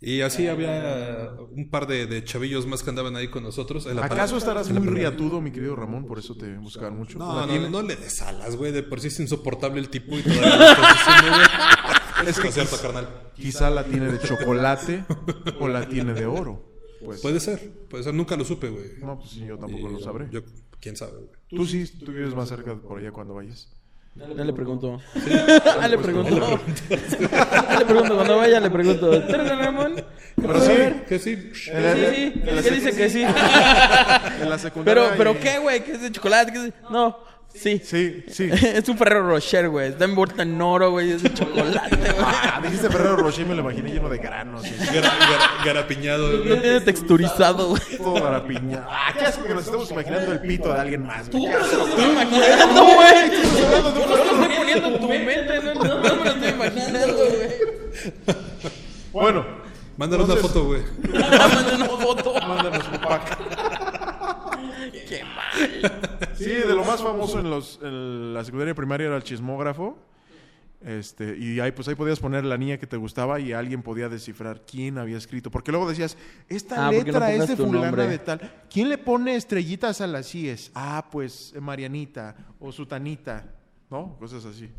S7: Y así
S3: Ah.
S7: había un par de, de chavillos más que andaban ahí con nosotros. en la
S3: ¿Acaso
S7: pala-
S3: estarás
S7: en la
S3: muy
S7: pala-
S3: riatudo, mi querido Ramón? Por eso te buscaban mucho.
S7: No, no, no le des alas, güey. De por sí es insoportable el tipo y todavía lo estás diciendo, güey. Es cierto, carnal.
S3: Quizá la tiene de chocolate o la tiene de oro. Pues,
S7: Puede ser, puede ser. Nunca lo supe, güey.
S3: no, pues sí, yo tampoco lo sabré.
S7: Yo, quién sabe, güey.
S3: Tú sí, tú vives más cerca de por allá cuando vayas.
S4: Ya le pregunto. Pues, Ya le pregunto. Ya le pregunto. Cuando vaya le pregunto. ¿Tú eres el Ramón?
S3: Pero Eh. sí,
S7: Que sí.
S4: Sí, sí. ¿Qué dice que sí?
S3: en la secundaria.
S4: Pero, pero
S3: y-
S4: ¿qué, güey? ¿Qué es de chocolate? ¿Qué es de- No, sí.
S3: Sí, sí.
S4: es un Ferrero Rocher, güey. Está envuelta en oro, güey. Es de chocolate,
S3: Ah,
S4: güey.
S3: dijiste Ferrero Rocher y me lo imaginé lleno de granos. y
S7: Gara- gara- garapiñado, güey.
S4: No tiene texturizado, güey.
S3: Todo para piña. Ah, qué asco que nos estamos imaginando el pito de alguien más. güey. Qué asco.
S4: No, güey. Yo lo estoy poniendo en tu mente. No, no, no me lo estoy imaginando, güey.
S3: Bueno,
S7: Mándale una
S3: Entonces-
S7: foto, güey.
S4: Mándame una foto.
S3: mándanos un pack.
S4: Qué mal.
S3: Sí, de lo más famoso en, los, en la secundaria y primaria era el chismógrafo. Este, y ahí, pues ahí podías poner la niña que te gustaba y alguien podía descifrar quién había escrito. Porque luego decías, esta
S4: Ah, ¿por qué no
S3: letra es
S4: pongas
S3: de
S4: tu
S3: fulana
S4: nombre?
S3: de tal. ¿Quién le pone estrellitas a las IES? Ah, pues eh, Marianita o Sutanita, ¿no? Cosas así.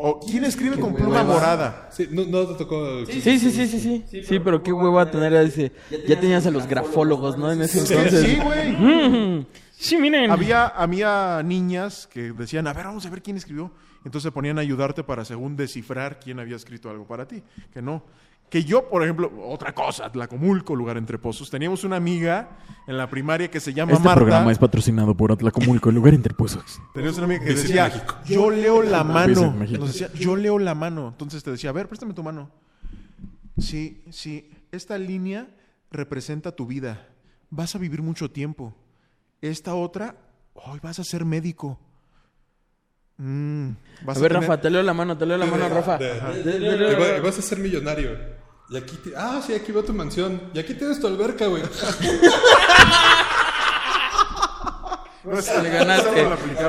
S3: O ¿quién escribe con pluma morada?
S7: Sí, no, no te tocó. Sí,
S4: Sí, sí, sí, sí, sí. Sí, pero qué hueva tener a ese. Ya tenías a los grafólogos, ¿no? En ese entonces.
S3: Sí, güey.
S4: Mm. Sí, miren.
S3: Había, había niñas que decían, a ver, vamos a ver quién escribió. Entonces se ponían a ayudarte para, según descifrar quién había escrito algo para ti. Que no. Que yo, por ejemplo, otra cosa, Tlacomulco, lugar entre pozos. Teníamos una amiga en la primaria que se llama
S8: Este
S3: Marta.
S8: programa es patrocinado por Atlacomulco, el lugar interpuestos.
S3: Teníamos una amiga que
S7: Visit
S3: decía,
S7: México.
S3: yo leo la mano.
S8: Visit México.
S3: Nos decía, yo leo la mano. Entonces te decía, a ver, préstame tu mano. Sí, sí, esta línea representa tu vida. Vas a vivir mucho tiempo. Esta otra, hoy vas a ser médico. Mm, vas
S4: A ver,
S3: tener-
S4: Rafa, te leo la mano, te leo la mano, Rafa.
S7: de-
S4: Te- te leo la-
S7: Y va- y vas a ser millonario. Y aquí te- Ah, sí, aquí va tu mansión. Y aquí tienes tu alberca, güey.
S4: Me ganaste, me ganaste,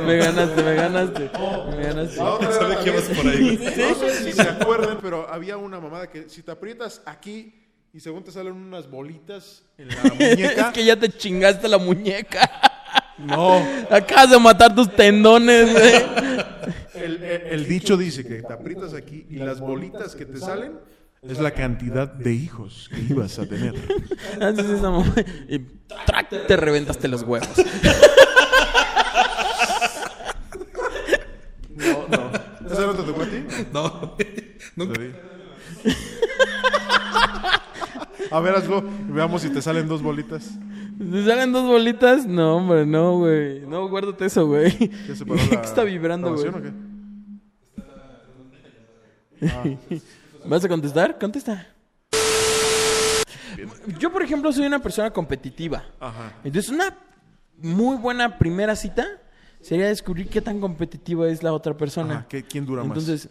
S4: me ganaste, me ganaste.
S7: Sabía que ibas por ahí, güey.
S3: No sé si se acuerdan, pero había una mamada que si te aprietas aquí y según te salen unas bolitas en la
S4: Es
S3: muñeca.
S4: que ya te chingaste la muñeca.
S3: No,
S4: Acabas de matar tus tendones, güey.
S3: El, el- el dicho dice que te aprietas aquí y las bolitas que te salen es la cantidad de hijos que ibas a tener.
S4: Haces Ah, esa mamá y ¡trac! te reventaste los huevos.
S3: No, no. ¿Esa no te tocó a ti?
S7: No, güey. Nunca.
S3: A ver, hazlo. y Veamos si te salen dos bolitas.
S4: ¿Te salen dos bolitas? No, hombre, no, güey. No, guárdate eso, güey.
S3: ¿Ya se
S4: ¿Qué
S3: paró la
S4: está vibrando, güey?
S3: grabación o qué?
S4: ¿Vas a contestar? Contesta. Yo, por ejemplo, soy una persona competitiva.
S3: Ah.
S4: Entonces, una muy buena primera cita sería descubrir qué tan competitiva es la otra persona.
S3: Ajá, ¿qué- ¿Quién dura más?
S4: Entonces,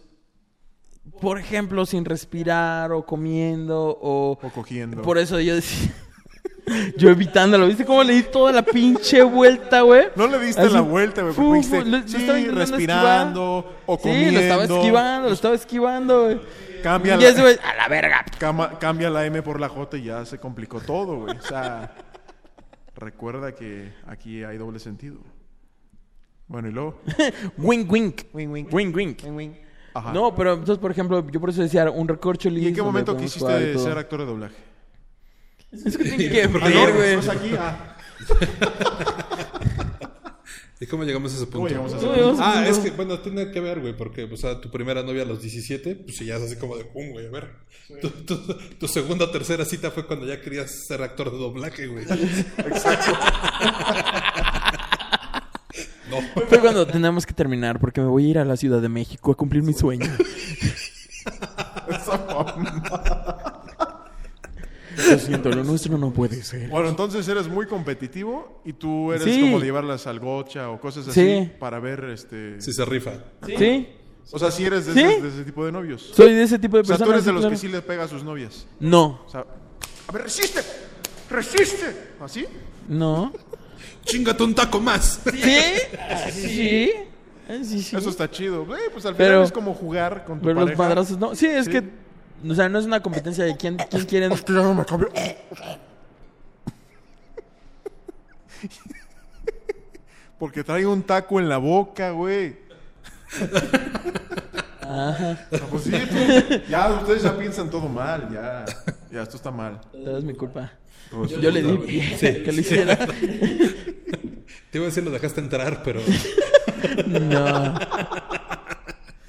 S4: por ejemplo, sin respirar o comiendo o...
S3: O cogiendo.
S4: Por eso yo decía... yo evitándolo. ¿Viste cómo le di toda la pinche vuelta, güey?
S3: no le diste
S4: Así,
S3: la vuelta, güey.
S4: fu-
S3: porque dijiste,
S4: fu- lo- lo
S3: sí,
S4: estaba intentando
S3: respirando o comiendo.
S4: Sí, lo estaba esquivando, lo estaba esquivando, güey.
S3: Cambia
S4: Y
S3: la-
S4: ese güey, a la verga.
S3: Cama- cambia la M por la J y ya se complicó todo, güey. O sea, recuerda que aquí hay doble sentido. Bueno, y luego.
S4: Wink, wink.
S6: Wing, wing,
S4: Wink, wink.
S6: wing, wing.
S3: Ajá.
S4: No, pero entonces, por ejemplo, yo por eso decía un recorcho
S3: ¿Y en qué momento quisiste ser actor de doblaje?
S4: Es que tiene que
S7: ¿por qué?
S4: ver, Ah, güey.
S3: Pues aquí, ah,
S7: ¿Y cómo llegamos a ese punto?
S3: ¿cómo llegamos a
S4: No,
S3: hacer?
S4: yo-
S7: Ah, es que, bueno, tiene que ver, güey, porque, o sea, tu primera novia a los 17, pues sí, ya es así como de pum, güey, a ver. Tu, tu- tu segunda o tercera cita fue cuando ya querías ser actor de doblaje, güey. No,
S4: Fue cuando tenemos que terminar porque me voy a ir a la Ciudad de México a cumplir mi sueño. Lo siento, lo nuestro no puede ser.
S3: Bueno, entonces eres muy competitivo y tú eres
S4: Sí.
S3: como de llevarlas al gocha o cosas así
S4: Sí.
S3: para ver este.
S7: Si se rifa.
S4: ¿Sí?
S3: O sea, si eres de,
S4: Sí.
S3: esos- de ese tipo de novios.
S4: Soy de ese tipo de
S3: O sea,
S4: personas.
S3: tú eres de los
S4: claro.
S3: que sí le pega a sus novias.
S4: No,
S3: O sea, ¿Ah, a ver, resiste, resiste. ¿Así?
S4: no.
S7: Chingate un taco más.
S4: ¿Sí? Sí. Ah, Sí, sí.
S3: Eso está chido. Eh, pues al
S4: Pero-
S3: final es como jugar con tu
S4: Pero los
S3: pareja.
S4: madrazos no. Sí, es
S3: Sí.
S4: que. O sea, no es una competencia de quién, quién quieren.
S3: Que ya no me cambio. Porque trae un taco en la boca, güey. Ah, pues sí, pues, ya ustedes ya piensan todo mal, ya. Ya, esto está mal.
S4: Todo es mi culpa.
S3: Pues,
S4: Yo le di que lo hiciera.
S7: Te iba a decir, lo dejaste entrar, pero.
S4: No.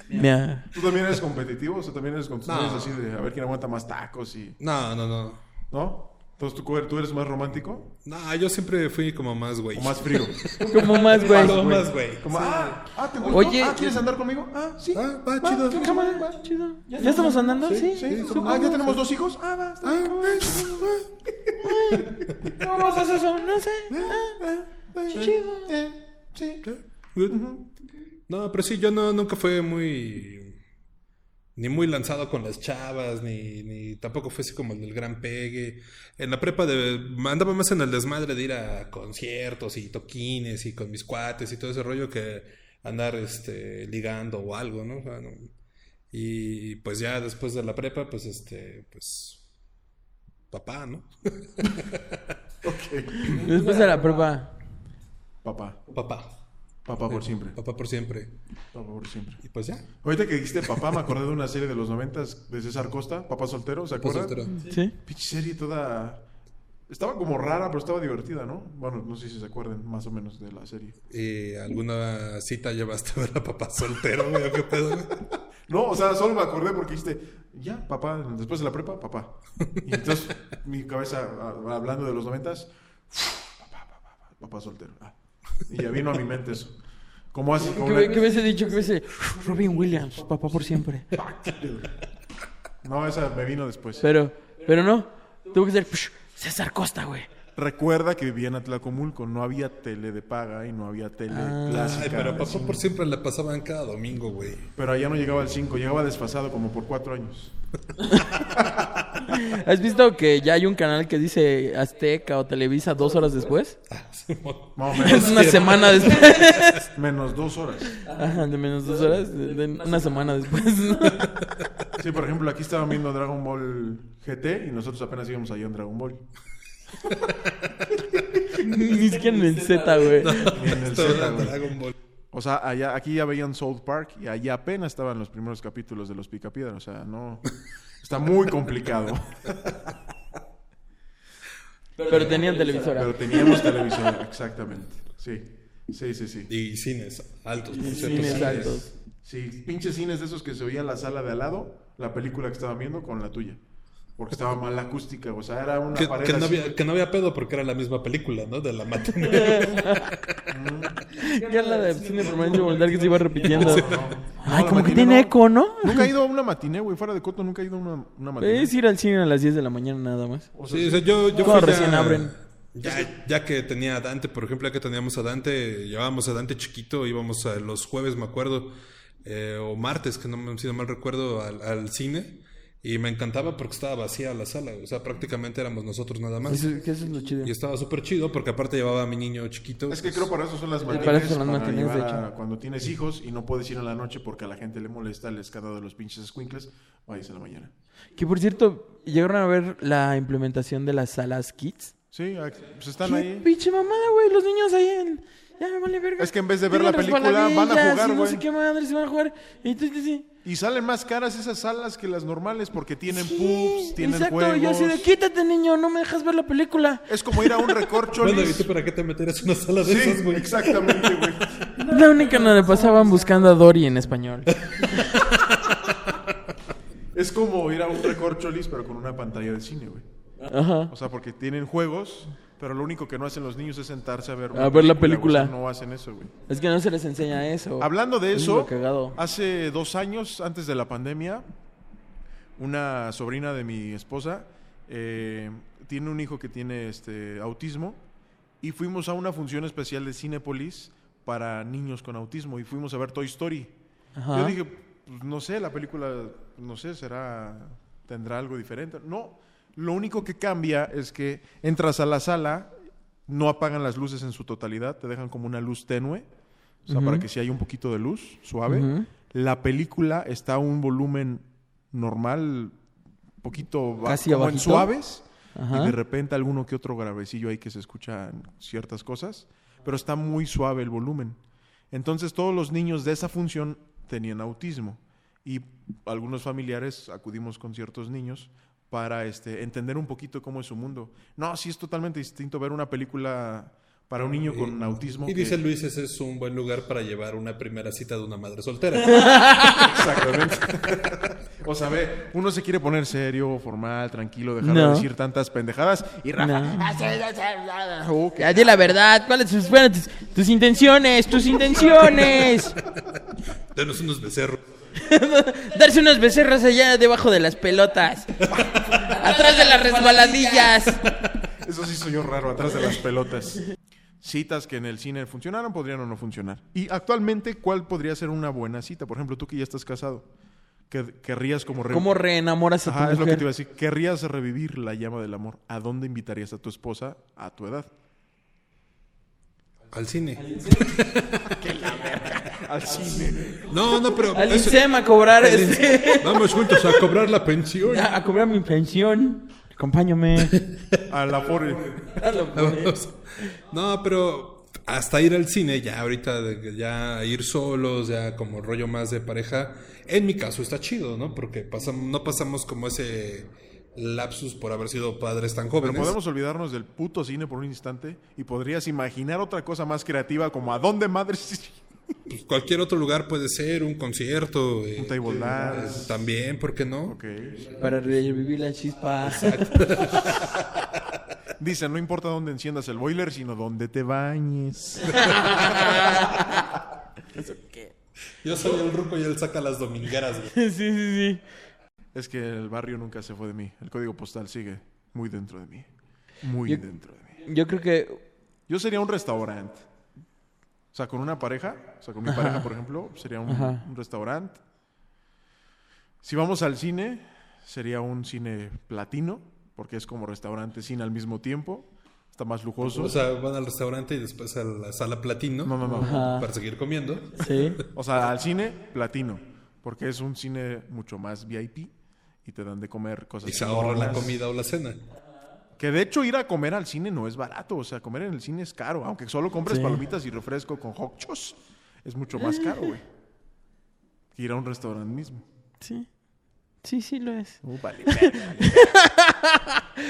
S4: Mira.
S3: ¿Tú también eres competitivo? O sea, también eres con tus novios así de a ver quién aguanta más tacos y...
S7: No, no, no.
S3: ¿No? Entonces, ¿tú, cu- tú eres más romántico
S7: No, yo siempre fui como más, güey.
S3: o más frío?
S4: Como más, güey.
S7: Como más, güey.
S3: Como,
S7: Sí.
S3: ah, ah, ¿te gustó?
S4: Oye,
S3: ah, ¿quieres andar conmigo? Ah, sí.
S7: Ah, va,
S3: Va,
S7: chido.
S3: ¿qué cámara? Va.
S4: Chido. ¿Ya estamos andando? Sí.
S3: Sí, ¿cómo no? Ah, ya tenemos dos hijos. Ah, va, está bien.
S4: ¿Cómo vas a hacer eso? No sé. Ah. Chido.
S3: Eh, sí.
S7: Good. No, pero sí, yo no, nunca fue muy. Ni muy lanzado con las chavas, ni, ni tampoco fue así como el del gran pegue. En la prepa de, andaba más en el desmadre de ir a conciertos y toquines y con mis cuates y todo ese rollo que andar este, ligando o algo, ¿no? O sea, no- Y pues ya después de la prepa, pues este, pues. Papá, ¿no?
S4: Después de la prueba.
S3: Papá.
S7: Papá.
S3: Papá por siempre.
S7: Papá por siempre.
S3: Papá por siempre.
S7: Y pues ya.
S3: Ahorita que dijiste papá, me acordé de una serie de los noventas de César Costa, Papá Soltero, ¿se
S7: Pues
S3: acuerdan?
S7: soltero.
S4: Sí.
S3: Pinche serie toda... Estaba como rara, pero estaba divertida, ¿no? Bueno, no sé si se acuerdan más o menos de la serie.
S7: Eh, ¿Alguna cita llevaste a ver a papá soltero, güey? ¿O ¿Qué pedo? güey?
S3: No, o sea, solo me acordé porque dijiste, ya, papá, después de la prepa, papá. Y entonces mi cabeza, a- hablando de los noventas, papá, papá, papá, papá soltero. Ah. Y ya vino a mi mente eso. ¿Cómo así?
S4: ¿Qué, hue- qué hubiese dicho? ¿Qué hubiese? Robin Williams, papá por siempre.
S3: No, esa me vino después.
S4: Pero, pero no. Tuvo que ser psh, César Costa, güey.
S3: Recuerda que vivía en Atlacomulco, no había tele de paga y no había tele clásica.
S7: Ay, pero
S3: de
S7: pues- papá
S3: cine.
S7: por siempre la pasaban cada domingo, güey.
S3: Pero allá no llegaba al 5, llegaba desfasado como por 4 años.
S4: ¿Has visto que ya hay un canal que dice Azteca o Televisa dos horas después?
S7: Ah, Simón.
S3: Más o
S4: Es
S3: menos,
S4: una semana después.
S3: menos 2 horas.
S4: Ajá, de menos dos horas. de- de una semana después.
S3: Sí, por ejemplo, aquí estaban viendo Dragon Ball GT y nosotros apenas íbamos allá en Dragon Ball.
S4: Ni siquiera en el Z, güey.
S3: Ni en el
S7: Todo
S3: Z,
S7: era
S3: güey.
S7: Dragon Ball.
S3: O sea, allá, aquí ya veían South Park y allá apenas estaban los primeros capítulos de los Picapiedra. O sea, no. Está muy complicado.
S4: Pero tenían televisora.
S3: Pero teníamos televisor, exactamente. Sí, sí, sí, sí.
S7: Y cines altos, por cierto.
S4: Cines
S7: cines.
S4: altos.
S3: Sí, pinches cines de esos que se oía en la sala de al lado, la película que estaba viendo con la tuya. Porque estaba mal la acústica, o sea, era una
S7: Que,
S3: pared
S7: que no
S3: así.
S7: había, que no había pedo porque era la misma película, ¿no? De la matinée.
S4: ¿Qué es la de cine permanente vulgar que se iba repitiendo? Ay,
S3: No,
S4: como que
S3: imagino,
S4: tiene
S3: no.
S4: eco, ¿no?
S3: Nunca he ido a una matiné, güey. Fuera de Coto nunca he ido a una, una matiné.
S4: Es ir al cine a las 10 de la mañana nada más.
S3: O sea,
S7: Sí, o sea, yo, yo
S4: Cuando
S7: fui ya-
S4: recién abren.
S7: Ya, ya que tenía a Dante, por ejemplo, ya que teníamos a Dante, llevábamos a Dante chiquito, íbamos a los jueves, me acuerdo, eh, o martes, que no me si no mal recuerdo, al, al cine. Y me encantaba porque estaba vacía la sala, o sea, prácticamente éramos nosotros nada más.
S4: Eso, que eso es lo chido.
S7: Y estaba súper chido porque aparte llevaba a mi niño chiquito.
S3: Es que creo para eso son las matines.
S4: para eso son las
S3: para
S4: matines, de
S3: llevar a-
S4: hecho.
S3: cuando tienes hijos y no puedes ir en la noche porque a la gente le molesta el escándalo de los pinches squinkles, vayas en la mañana.
S4: Que por cierto, llegaron a ver la implementación de las salas kids.
S3: Sí, ah, pues están
S4: ¿Qué
S3: ahí.
S4: pinche mamada, güey? Los niños ahí en... Ya me vale verga.
S3: Es que en vez de ver
S4: Tienen
S3: la película, van a
S4: resbaladillas
S3: jugar,
S4: y No
S3: güey.
S4: sé qué madre se van a jugar. Y tú, tú, tú.
S3: Y salen más caras esas salas que las normales porque tienen
S4: Sí,
S3: pubs, tienen
S4: Exacto,
S3: juegos.
S4: yo así de quítate, niño, no me dejas ver la película.
S3: Es como ir a un recorcho.
S7: Bueno, ¿y tú para qué te meterías en una sala de
S3: Sí,
S7: esas, güey?
S3: exactamente, güey.
S4: La única en donde pasaban buscando a Dory en español.
S3: Es como ir a un recorcholis, pero con una pantalla de cine, güey.
S4: Ajá.
S3: O sea, porque tienen juegos, pero lo único que no hacen los niños es sentarse a ver,
S4: A ver la película.
S3: güey. O sea, no hacen eso, güey.
S4: Es que no se les enseña eso.
S3: Hablando de
S4: Es
S3: eso,
S4: lo cagado.
S3: hace dos años, antes de la pandemia, una sobrina de mi esposa eh, tiene un hijo que tiene este autismo y fuimos a una función especial de Cinépolis para niños con autismo y fuimos a ver Toy Story.
S4: Ajá.
S3: Yo dije, pues, no sé, la película, no sé, será, tendrá algo diferente. No, lo único que cambia es que entras a la sala, no apagan las luces en su totalidad, te dejan como una luz tenue, o sea, para que si hay un poquito de luz suave.
S4: Ujú.
S3: La película está a un volumen normal, poquito ba-
S4: Casi
S3: como en
S4: abajito.
S3: suaves.
S4: Ajá.
S3: Y de repente alguno que otro gravecillo ahí que se escuchan ciertas cosas, pero está muy suave el volumen. Entonces todos los niños de esa función tenían autismo y algunos familiares acudimos con ciertos niños para este, entender un poquito cómo es su mundo. No, sí es totalmente distinto ver una película para un niño con autismo.
S7: Y
S3: que-
S7: dice Luis, ese es un buen lugar para llevar una primera cita de una madre soltera.
S3: Exactamente. o sea, ve, uno se quiere poner serio, formal, tranquilo, dejar de
S4: No.
S3: decir tantas pendejadas y Rafa,
S4: No.
S3: "Oh, qué
S4: Ah. Ya di la verdad, ¿cuáles tus, fueron tus, tus intenciones? ¡Tus intenciones!
S7: Denos unos becerros.
S4: Darse unas becerras allá debajo de las pelotas. Atrás de las resbaladillas.
S3: Eso sí soy yo raro, atrás de las pelotas. Citas que en el cine funcionaron, podrían o no funcionar. Y actualmente, ¿cuál podría ser una buena cita? Por ejemplo, tú que ya estás casado, que querrías como... re-
S4: ¿Cómo reenamoras a tu
S3: Ajá, es lo que
S4: mujer?
S3: te iba a decir. Querrías revivir la llama del amor. ¿A dónde invitarías a tu esposa a tu edad?
S7: Al cine.
S3: Al cine.
S7: No, no, pero.
S4: Al
S7: eso-
S4: INSEM a cobrar este,
S7: Vamos juntos a cobrar la pensión.
S4: a, a cobrar mi pensión. Acompáñame.
S3: A la Fore.
S7: Vamos. No, pero hasta ir al cine, ya ahorita, de- ya ir solos, ya como rollo más de pareja, en mi caso está chido, ¿no? Porque pasam- no pasamos como ese lapsus por haber sido padres tan
S3: Pero
S7: jóvenes.
S3: podemos olvidarnos del puto cine por un instante y podrías imaginar otra cosa más creativa como a dónde madres...
S7: Pues Cualquier otro lugar puede ser, un concierto. eh,
S3: Un table dance.
S7: eh, También, ¿por qué no?
S3: Ok.
S4: Para revivir la chispa.
S3: Dice, no importa dónde enciendas el boiler, sino dónde te bañes.
S7: Yo soy el ruco y él saca las domingueras, güey.
S4: Sí, sí, sí.
S3: Es que el barrio nunca se fue de mí. El código postal sigue muy dentro de mí. Muy
S4: Yo-
S3: dentro de mí.
S4: Yo creo que
S3: Yo sería un restaurante. O sea, con una pareja. O sea, con mi pareja, por ejemplo, sería un,
S4: Ajá.
S3: un restaurante. Si vamos al cine, sería un cine platino, porque es como restaurante cine al mismo tiempo. Está más lujoso.
S7: O sea, van al restaurante y después a la sala platino
S3: no, no, no.
S7: para seguir comiendo.
S4: sí.
S3: O sea, al cine platino, porque es un cine mucho más VIP y te dan de comer cosas.
S7: Y se ahorra la
S3: chingonas.
S7: comida o la cena.
S3: Que de hecho ir a comer al cine no es barato, o sea, comer en el cine es caro, aunque solo compres
S4: Sí.
S3: palomitas y refresco con hochos, es mucho más caro, güey. Que ir a un restaurante mismo.
S4: Sí. Sí, sí lo es.
S3: Uh, vale.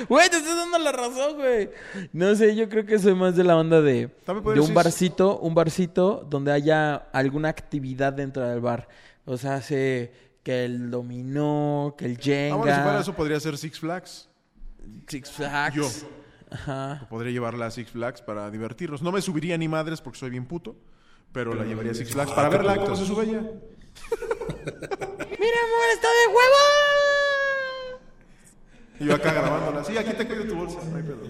S4: Güey, te estás dando la razón, güey. No sé, yo creo que soy más de la onda de,
S3: También puede
S4: de
S3: ser-
S4: un barcito, un barcito donde haya alguna actividad dentro del bar. O sea, hace que el dominó, que el
S3: Ah, bueno, si
S4: Jenga,
S3: para eso podría ser Six Flags.
S4: Six Flags.
S3: Yo.
S4: Ajá.
S3: Podría llevarla a Six Flags para divertirnos. No me subiría ni madres porque soy bien puto, pero la llevaría a Six Flags para verla cómo se sube ella.
S4: Mira, amor, está de huevo.
S3: Y yo acá grabándola. Sí, aquí te cuido tu bolsa. no hay pedo.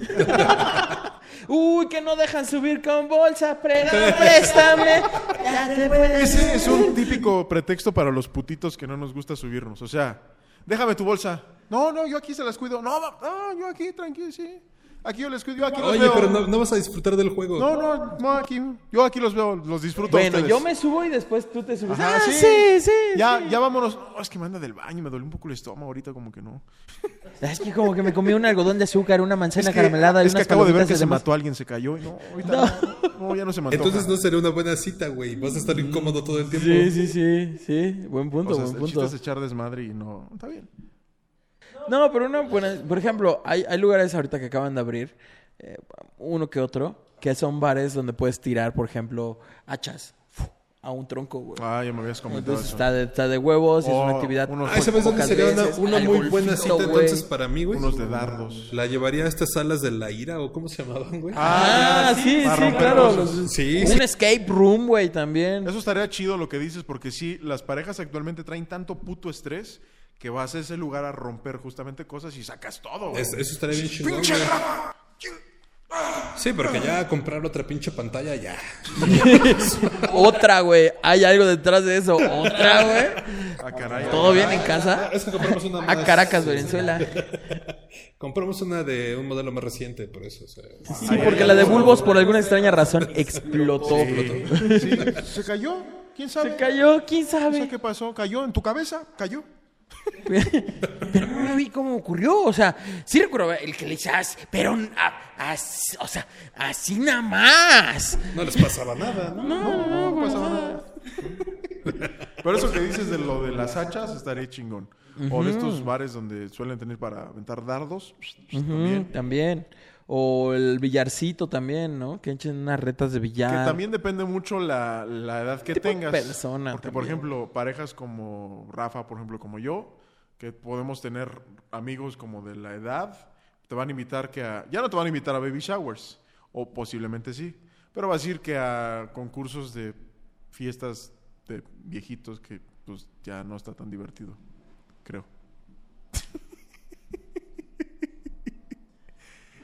S4: Uy, que no dejan subir con bolsa, pre- préstame. Ya te puedes
S3: Ese es un típico pretexto para los putitos que no nos gusta subirnos. O sea, déjame tu bolsa. No, no, yo aquí se las cuido. No, va- no, yo aquí, tranquilo, sí. Aquí yo les cuido, yo aquí los
S7: Oye,
S3: veo.
S7: pero no, no vas a disfrutar del juego.
S3: No, no, no, aquí. Yo aquí los veo, los disfruto. a
S4: Bueno,
S3: ustedes.
S4: yo me subo y después tú te subes.
S3: Ajá,
S4: ah, sí, sí,
S3: Ya,
S4: sí.
S3: ya vámonos. No, es que me anda del baño, me duele un poco el estómago ahorita, como que no.
S4: Ah, Es que como que me comí un algodón de azúcar, una manzana
S3: es que,
S4: caramelada y
S3: es que
S4: unas
S3: acabo de ver
S4: palomitas
S3: que se
S4: demás.
S3: mató alguien, se cayó. y no, ahorita no. no, ya no se mató.
S7: Entonces no sería una buena cita, güey. Vas a
S4: Mm.
S7: estar incómodo todo el tiempo.
S4: Sí, sí, sí, sí. Buen punto,
S3: O sea,
S4: buen
S3: el chiste
S4: punto.
S3: es echar desmadre y no. Está bien.
S4: No, pero una buena... Por ejemplo, hay, hay lugares ahorita que acaban de abrir, eh, uno que otro, que son bares donde puedes tirar, por ejemplo, hachas fu, a un tronco, güey.
S3: Ah, ya me habías comentado
S4: Entonces
S3: eso.
S4: está de, está de huevos, es una
S3: Oh,
S4: actividad...
S3: unos-
S7: Ah, ¿sabes dónde
S4: Pocas
S7: sería una,
S4: veces,
S7: una
S4: al
S7: muy buena cita
S4: golfito,
S7: entonces
S4: güey.
S7: para mí, güey?
S3: Unos de dardos.
S7: La llevaría a estas salas de la ira o cómo se llamaban, güey.
S4: Ah, sí,
S3: para
S4: sí,
S3: romper
S4: claro.
S3: cosas.
S4: los-
S7: Sí, sí.
S4: Un escape room, güey, también.
S3: Eso estaría chido lo que dices, porque sí, las parejas actualmente traen tanto puto estrés que vas a ese lugar a romper justamente cosas y sacas todo.
S7: Es-
S3: güey.
S7: eso estaría bien chingón. güey. Sí, porque ya comprar otra pinche pantalla, ya.
S4: Otra, güey. Hay algo detrás de eso. Otra, güey.
S3: Ah, caray.
S4: ¿Todo bien en casa?
S7: Ah, Es que compramos una
S4: A
S7: más-
S4: Ah,
S7: este,
S4: Caracas, Venezuela.
S7: Compramos una de un modelo más reciente, por eso. o sea,
S4: Sí, porque la de Bulbos, por alguna extraña razón, explotó.
S3: Sí, ¿Se cayó? ¿Quién sabe?
S4: Se cayó, quién
S3: No sé
S4: sabe.
S3: qué pasó. ¿Cayó en tu cabeza? ¿Cayó?
S4: Pero no lo vi cómo ocurrió. O sea, sí recuerdo el que le echas, pero a- as- o sea, así nada más.
S7: no les pasaba nada, ¿no?
S3: No, no pasaba nada. Pero eso que dices de lo de las hachas estaría chingón. O de estos bares donde suelen tener para aventar dardos. También.
S4: Ujú, También. O el billarcito también, ¿no? Que echen unas retas de
S3: Que
S4: billar.
S3: también depende mucho la, la edad que
S4: Tipo de
S3: tengas.
S4: persona
S3: Porque, por
S4: también.
S3: ejemplo, parejas como Rafa, por ejemplo, como yo, que podemos tener amigos como de la edad, te van a invitar que a... Ya no te van a invitar a baby showers, o posiblemente sí, pero vas a ir que a concursos de fiestas de viejitos que pues ya no está tan divertido, creo.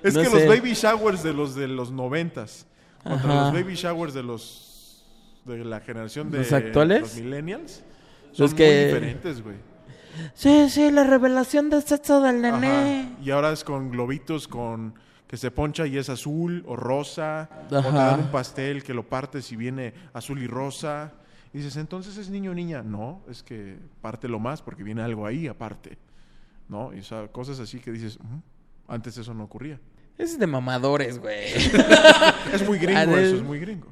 S3: Es
S4: No
S3: que
S4: sé.
S3: los baby showers de los de los noventas contra
S4: Ajá.
S3: los baby showers de los de la generación de
S4: ¿Los actuales?
S3: los millennials son
S4: Los que-
S3: muy diferentes, güey.
S4: Sí, sí, la revelación del sexo del
S3: Ajá.
S4: nené.
S3: Y ahora es con globitos con que se poncha y es azul o rosa, o te
S4: Ajá.
S3: dan un pastel que lo partes y viene azul y rosa. Y dices, "Entonces es niño o niña." No, es que pártelo más porque viene algo ahí aparte. ¿No? Y o sea, cosas así que dices, "Ujú, antes eso no ocurría."
S4: Ese es de mamadores, güey.
S3: Es muy gringo
S4: Adel-
S3: eso, es muy gringo.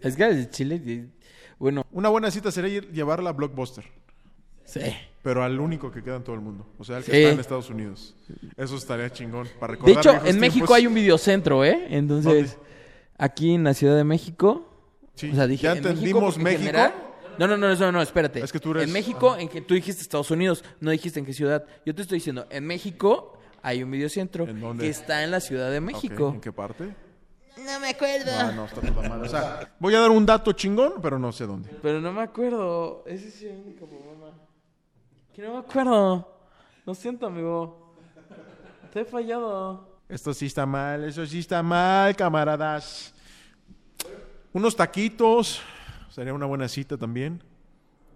S4: es que el chile. Bueno,
S3: Una buena cita sería ir- llevarla a Blockbuster.
S4: sí.
S3: Pero al único que queda en todo el mundo. O sea, al que
S4: Sí.
S3: está en Estados Unidos. Eso estaría chingón. Para pues,
S4: De
S3: recordar
S4: hecho,
S3: viejos
S4: en México
S3: tiempos.
S4: hay un videocentro, ¿eh? Entonces, aquí en la Ciudad de México.
S3: Sí,
S4: o sea, dije,
S3: ya
S4: ¿en México?
S3: entendimos
S4: Porque en
S3: México.
S4: general- no, no, no, no, no, espérate.
S3: Es que tú eres-
S4: En México,
S3: ajá.
S4: en que tú dijiste Estados Unidos, no dijiste en qué ciudad. Yo te estoy diciendo, en México hay un videocentro
S3: ¿En dónde?
S4: que está en la Ciudad de
S3: Ok,
S4: México.
S3: ¿En qué parte?
S5: No me acuerdo.
S3: Ah, no, está toda madre. O sea, voy a dar un dato chingón, pero no sé dónde.
S4: Pero no me acuerdo. Ese es el único problema. Que no me acuerdo. Lo siento, amigo. Te he fallado.
S3: Esto sí está mal, eso sí está mal, camaradas. Unos taquitos. Sería una buena cita también.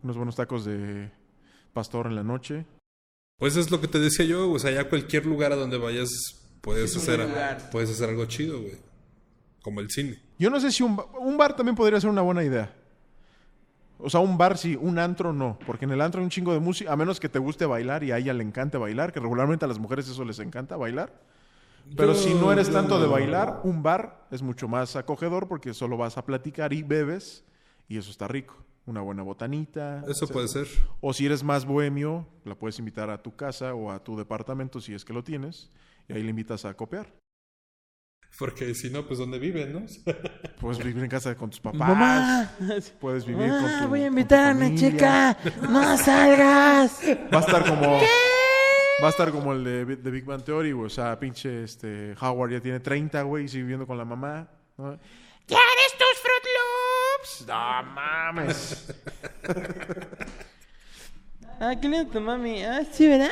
S3: Unos buenos tacos de pastor en la noche.
S7: Pues es lo que te decía yo, o sea, ya cualquier lugar a donde vayas puedes hacer puedes hacer algo chido, güey. Como el cine.
S3: Yo no sé si un, ba- un bar también podría ser una buena idea. O sea, un bar sí, un antro no. Porque en el antro hay un chingo de música, a menos que te guste bailar y a ella le encante bailar, que regularmente a las mujeres eso les encanta bailar. Pero si no eres tanto de bailar, un bar es mucho más acogedor porque solo vas a platicar y bebes y eso está rico. Una buena botanita.
S7: Eso
S3: etcétera.
S7: puede ser.
S3: O si eres más bohemio, la puedes invitar a tu casa o a tu departamento si es que lo tienes y ahí le invitas a copiar.
S7: Porque si no, pues ¿dónde viven, no?
S3: Puedes vivir en casa con tus papás.
S4: ¡Mamá!
S3: Puedes vivir con
S4: ¡Mamá!
S3: tu,
S4: Ah, Voy a
S3: con tu
S4: invitar a mi
S3: familia.
S4: chica. ¡No salgas!
S3: Va a estar como. Va a estar como el de, de Big Bang Theory, güey. O sea, pinche este, Howard ya tiene 30, güey, y sigue viviendo con la mamá. ¿no?
S5: ¿Quieres tus Fruit Loops?
S3: ¡No mames!
S4: Ah, qué lindo tu mami. Ah, sí, ¿verdad?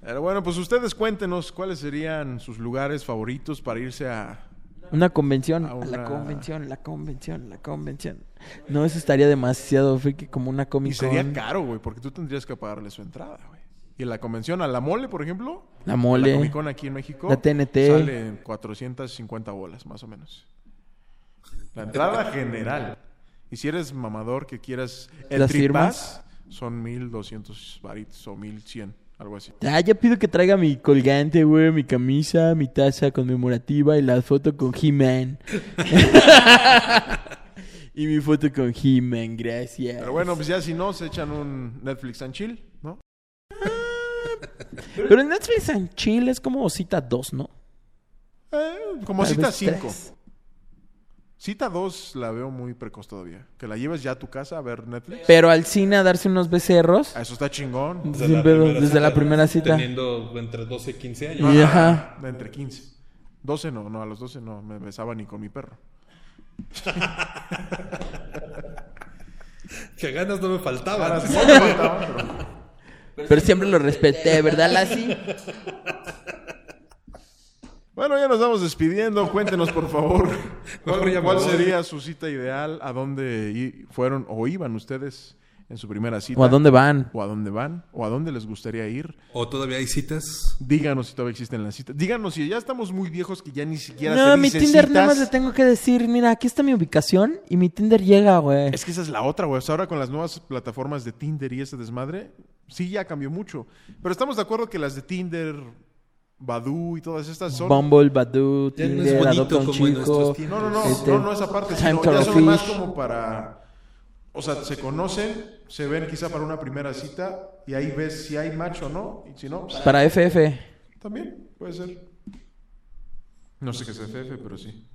S3: Pero bueno, pues ustedes cuéntenos cuáles serían sus lugares favoritos para irse a.
S4: Una convención.
S3: A una-
S4: La convención, la convención, la convención. No, eso estaría demasiado friki como una
S3: Y
S4: Comic Con.
S3: sería caro, güey, porque tú tendrías que pagarle su entrada, güey. Y la convención a la mole, por ejemplo.
S4: La mole.
S3: La Comic Con aquí en México.
S4: La TNT.
S3: Sale en 450 bolas, más o menos. La entrada general. Y si eres mamador que quieras el
S4: ¿Las
S3: trip
S4: firmas?
S3: pass, son 1200 varitos o 1100, algo así.
S4: Ah, ya pido que traiga mi colgante, güey, mi camisa, mi taza conmemorativa y la foto con He-Man. y mi foto con He-Man, gracias.
S3: Pero bueno, pues ya si no, se echan un Netflix and chill, ¿no?
S4: Pero en Netflix en Chile es como cita 2, ¿no?
S3: Eh, como
S4: Tal
S3: cita
S4: vez
S3: 5.
S4: Ah, tres.
S3: Cita 2 la veo muy precoz todavía. Que la lleves ya a tu casa a ver Netflix.
S4: Pero al cine a darse unos becerros.
S3: Ah, Eso está chingón.
S4: sin pedo, desde la primera cita.
S7: Teniendo entre 12 y 15 años.
S4: Y ajá.
S3: De entre 15. 12 no, no, a los 12 no me besaba ni con mi perro.
S7: Que ganas no me faltaban.
S4: Pero siempre lo respeté, ¿verdad, Lassie?
S3: Bueno, ya nos vamos despidiendo. Cuéntenos, por favor,
S7: Mejor ya
S3: cuál,
S7: me
S3: cuál
S7: voy.
S3: sería su cita ideal, a dónde i- fueron o iban ustedes en su primera cita.
S4: ¿O a dónde van?
S3: O a dónde van, o a dónde les gustaría ir.
S7: ¿O todavía hay citas?
S3: Díganos si todavía existen las citas. Díganos si ya estamos muy viejos que ya ni siquiera
S4: No,
S3: se
S4: mi
S3: dice
S4: Tinder nada más le
S3: citas.
S4: tengo que decir, mira, aquí está mi ubicación y mi Tinder llega, güey.
S3: Es que esa es la otra, güey. O sea, ahora con las nuevas plataformas de Tinder y ese desmadre, sí ya cambió mucho. Pero estamos de acuerdo que las de Tinder, Badoo y todas estas son...
S4: Bumble, Badoo,
S7: Ya no es
S4: Tinder,
S7: bonito
S4: adopta un
S7: como en nuestros
S4: chico.
S7: tiempos.
S3: No, no, no,
S4: Este,
S3: no, no esa parte,
S4: Time
S3: sino
S4: to
S3: ya
S4: the
S3: son más
S4: fish.
S3: como para... O sea, se conocen, se ven quizá para una primera cita y ahí ves si hay macho o no. Y si no, pues,
S4: Para FF.
S3: también puede ser. No sé qué es FF, pero sí.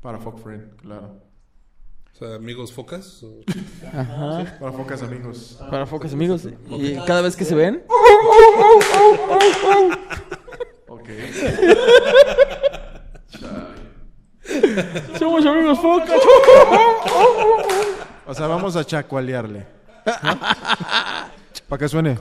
S3: Para fuck friend, claro.
S7: O sea, amigos focas. o-
S4: Ajá.
S3: Para focas amigos.
S4: Para focas, amigos. Y cada vez que se ven.
S3: Ok.
S4: Somos amigos focas.
S3: O sea, vamos a chacualearle. ¿Para que suene?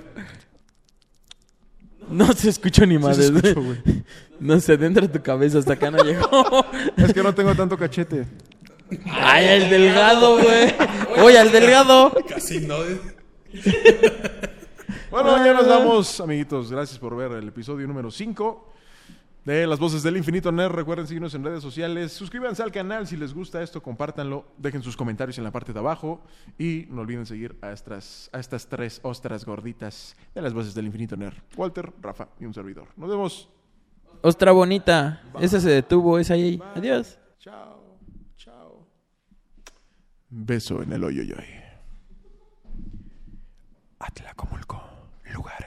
S4: No se escuchó ni
S3: Sí
S4: madre.
S3: se escucha, güey.
S4: No sé, dentro de tu cabeza hasta acá no llegó.
S3: Es que no tengo tanto cachete.
S4: Ay, al delgado, güey. Oye, al delgado.
S7: Casi no. eh.
S3: Bueno, ya nos vamos, amiguitos. Gracias por ver el episodio número 5 de Las Voces del Infinito Nerd. Recuerden seguirnos en redes sociales. Suscríbanse al canal si les gusta esto. Compártanlo. Dejen sus comentarios en la parte de abajo. Y no olviden seguir a estas, a estas tres ostras gorditas de Las Voces del Infinito Nerd. Walter, Rafa y un servidor. Nos vemos.
S4: Ostra bonita. Esa se detuvo, esa ahí. Adiós.
S3: Chao. Chao. Beso en el hoyoyoy. Atlacomulco. Lugar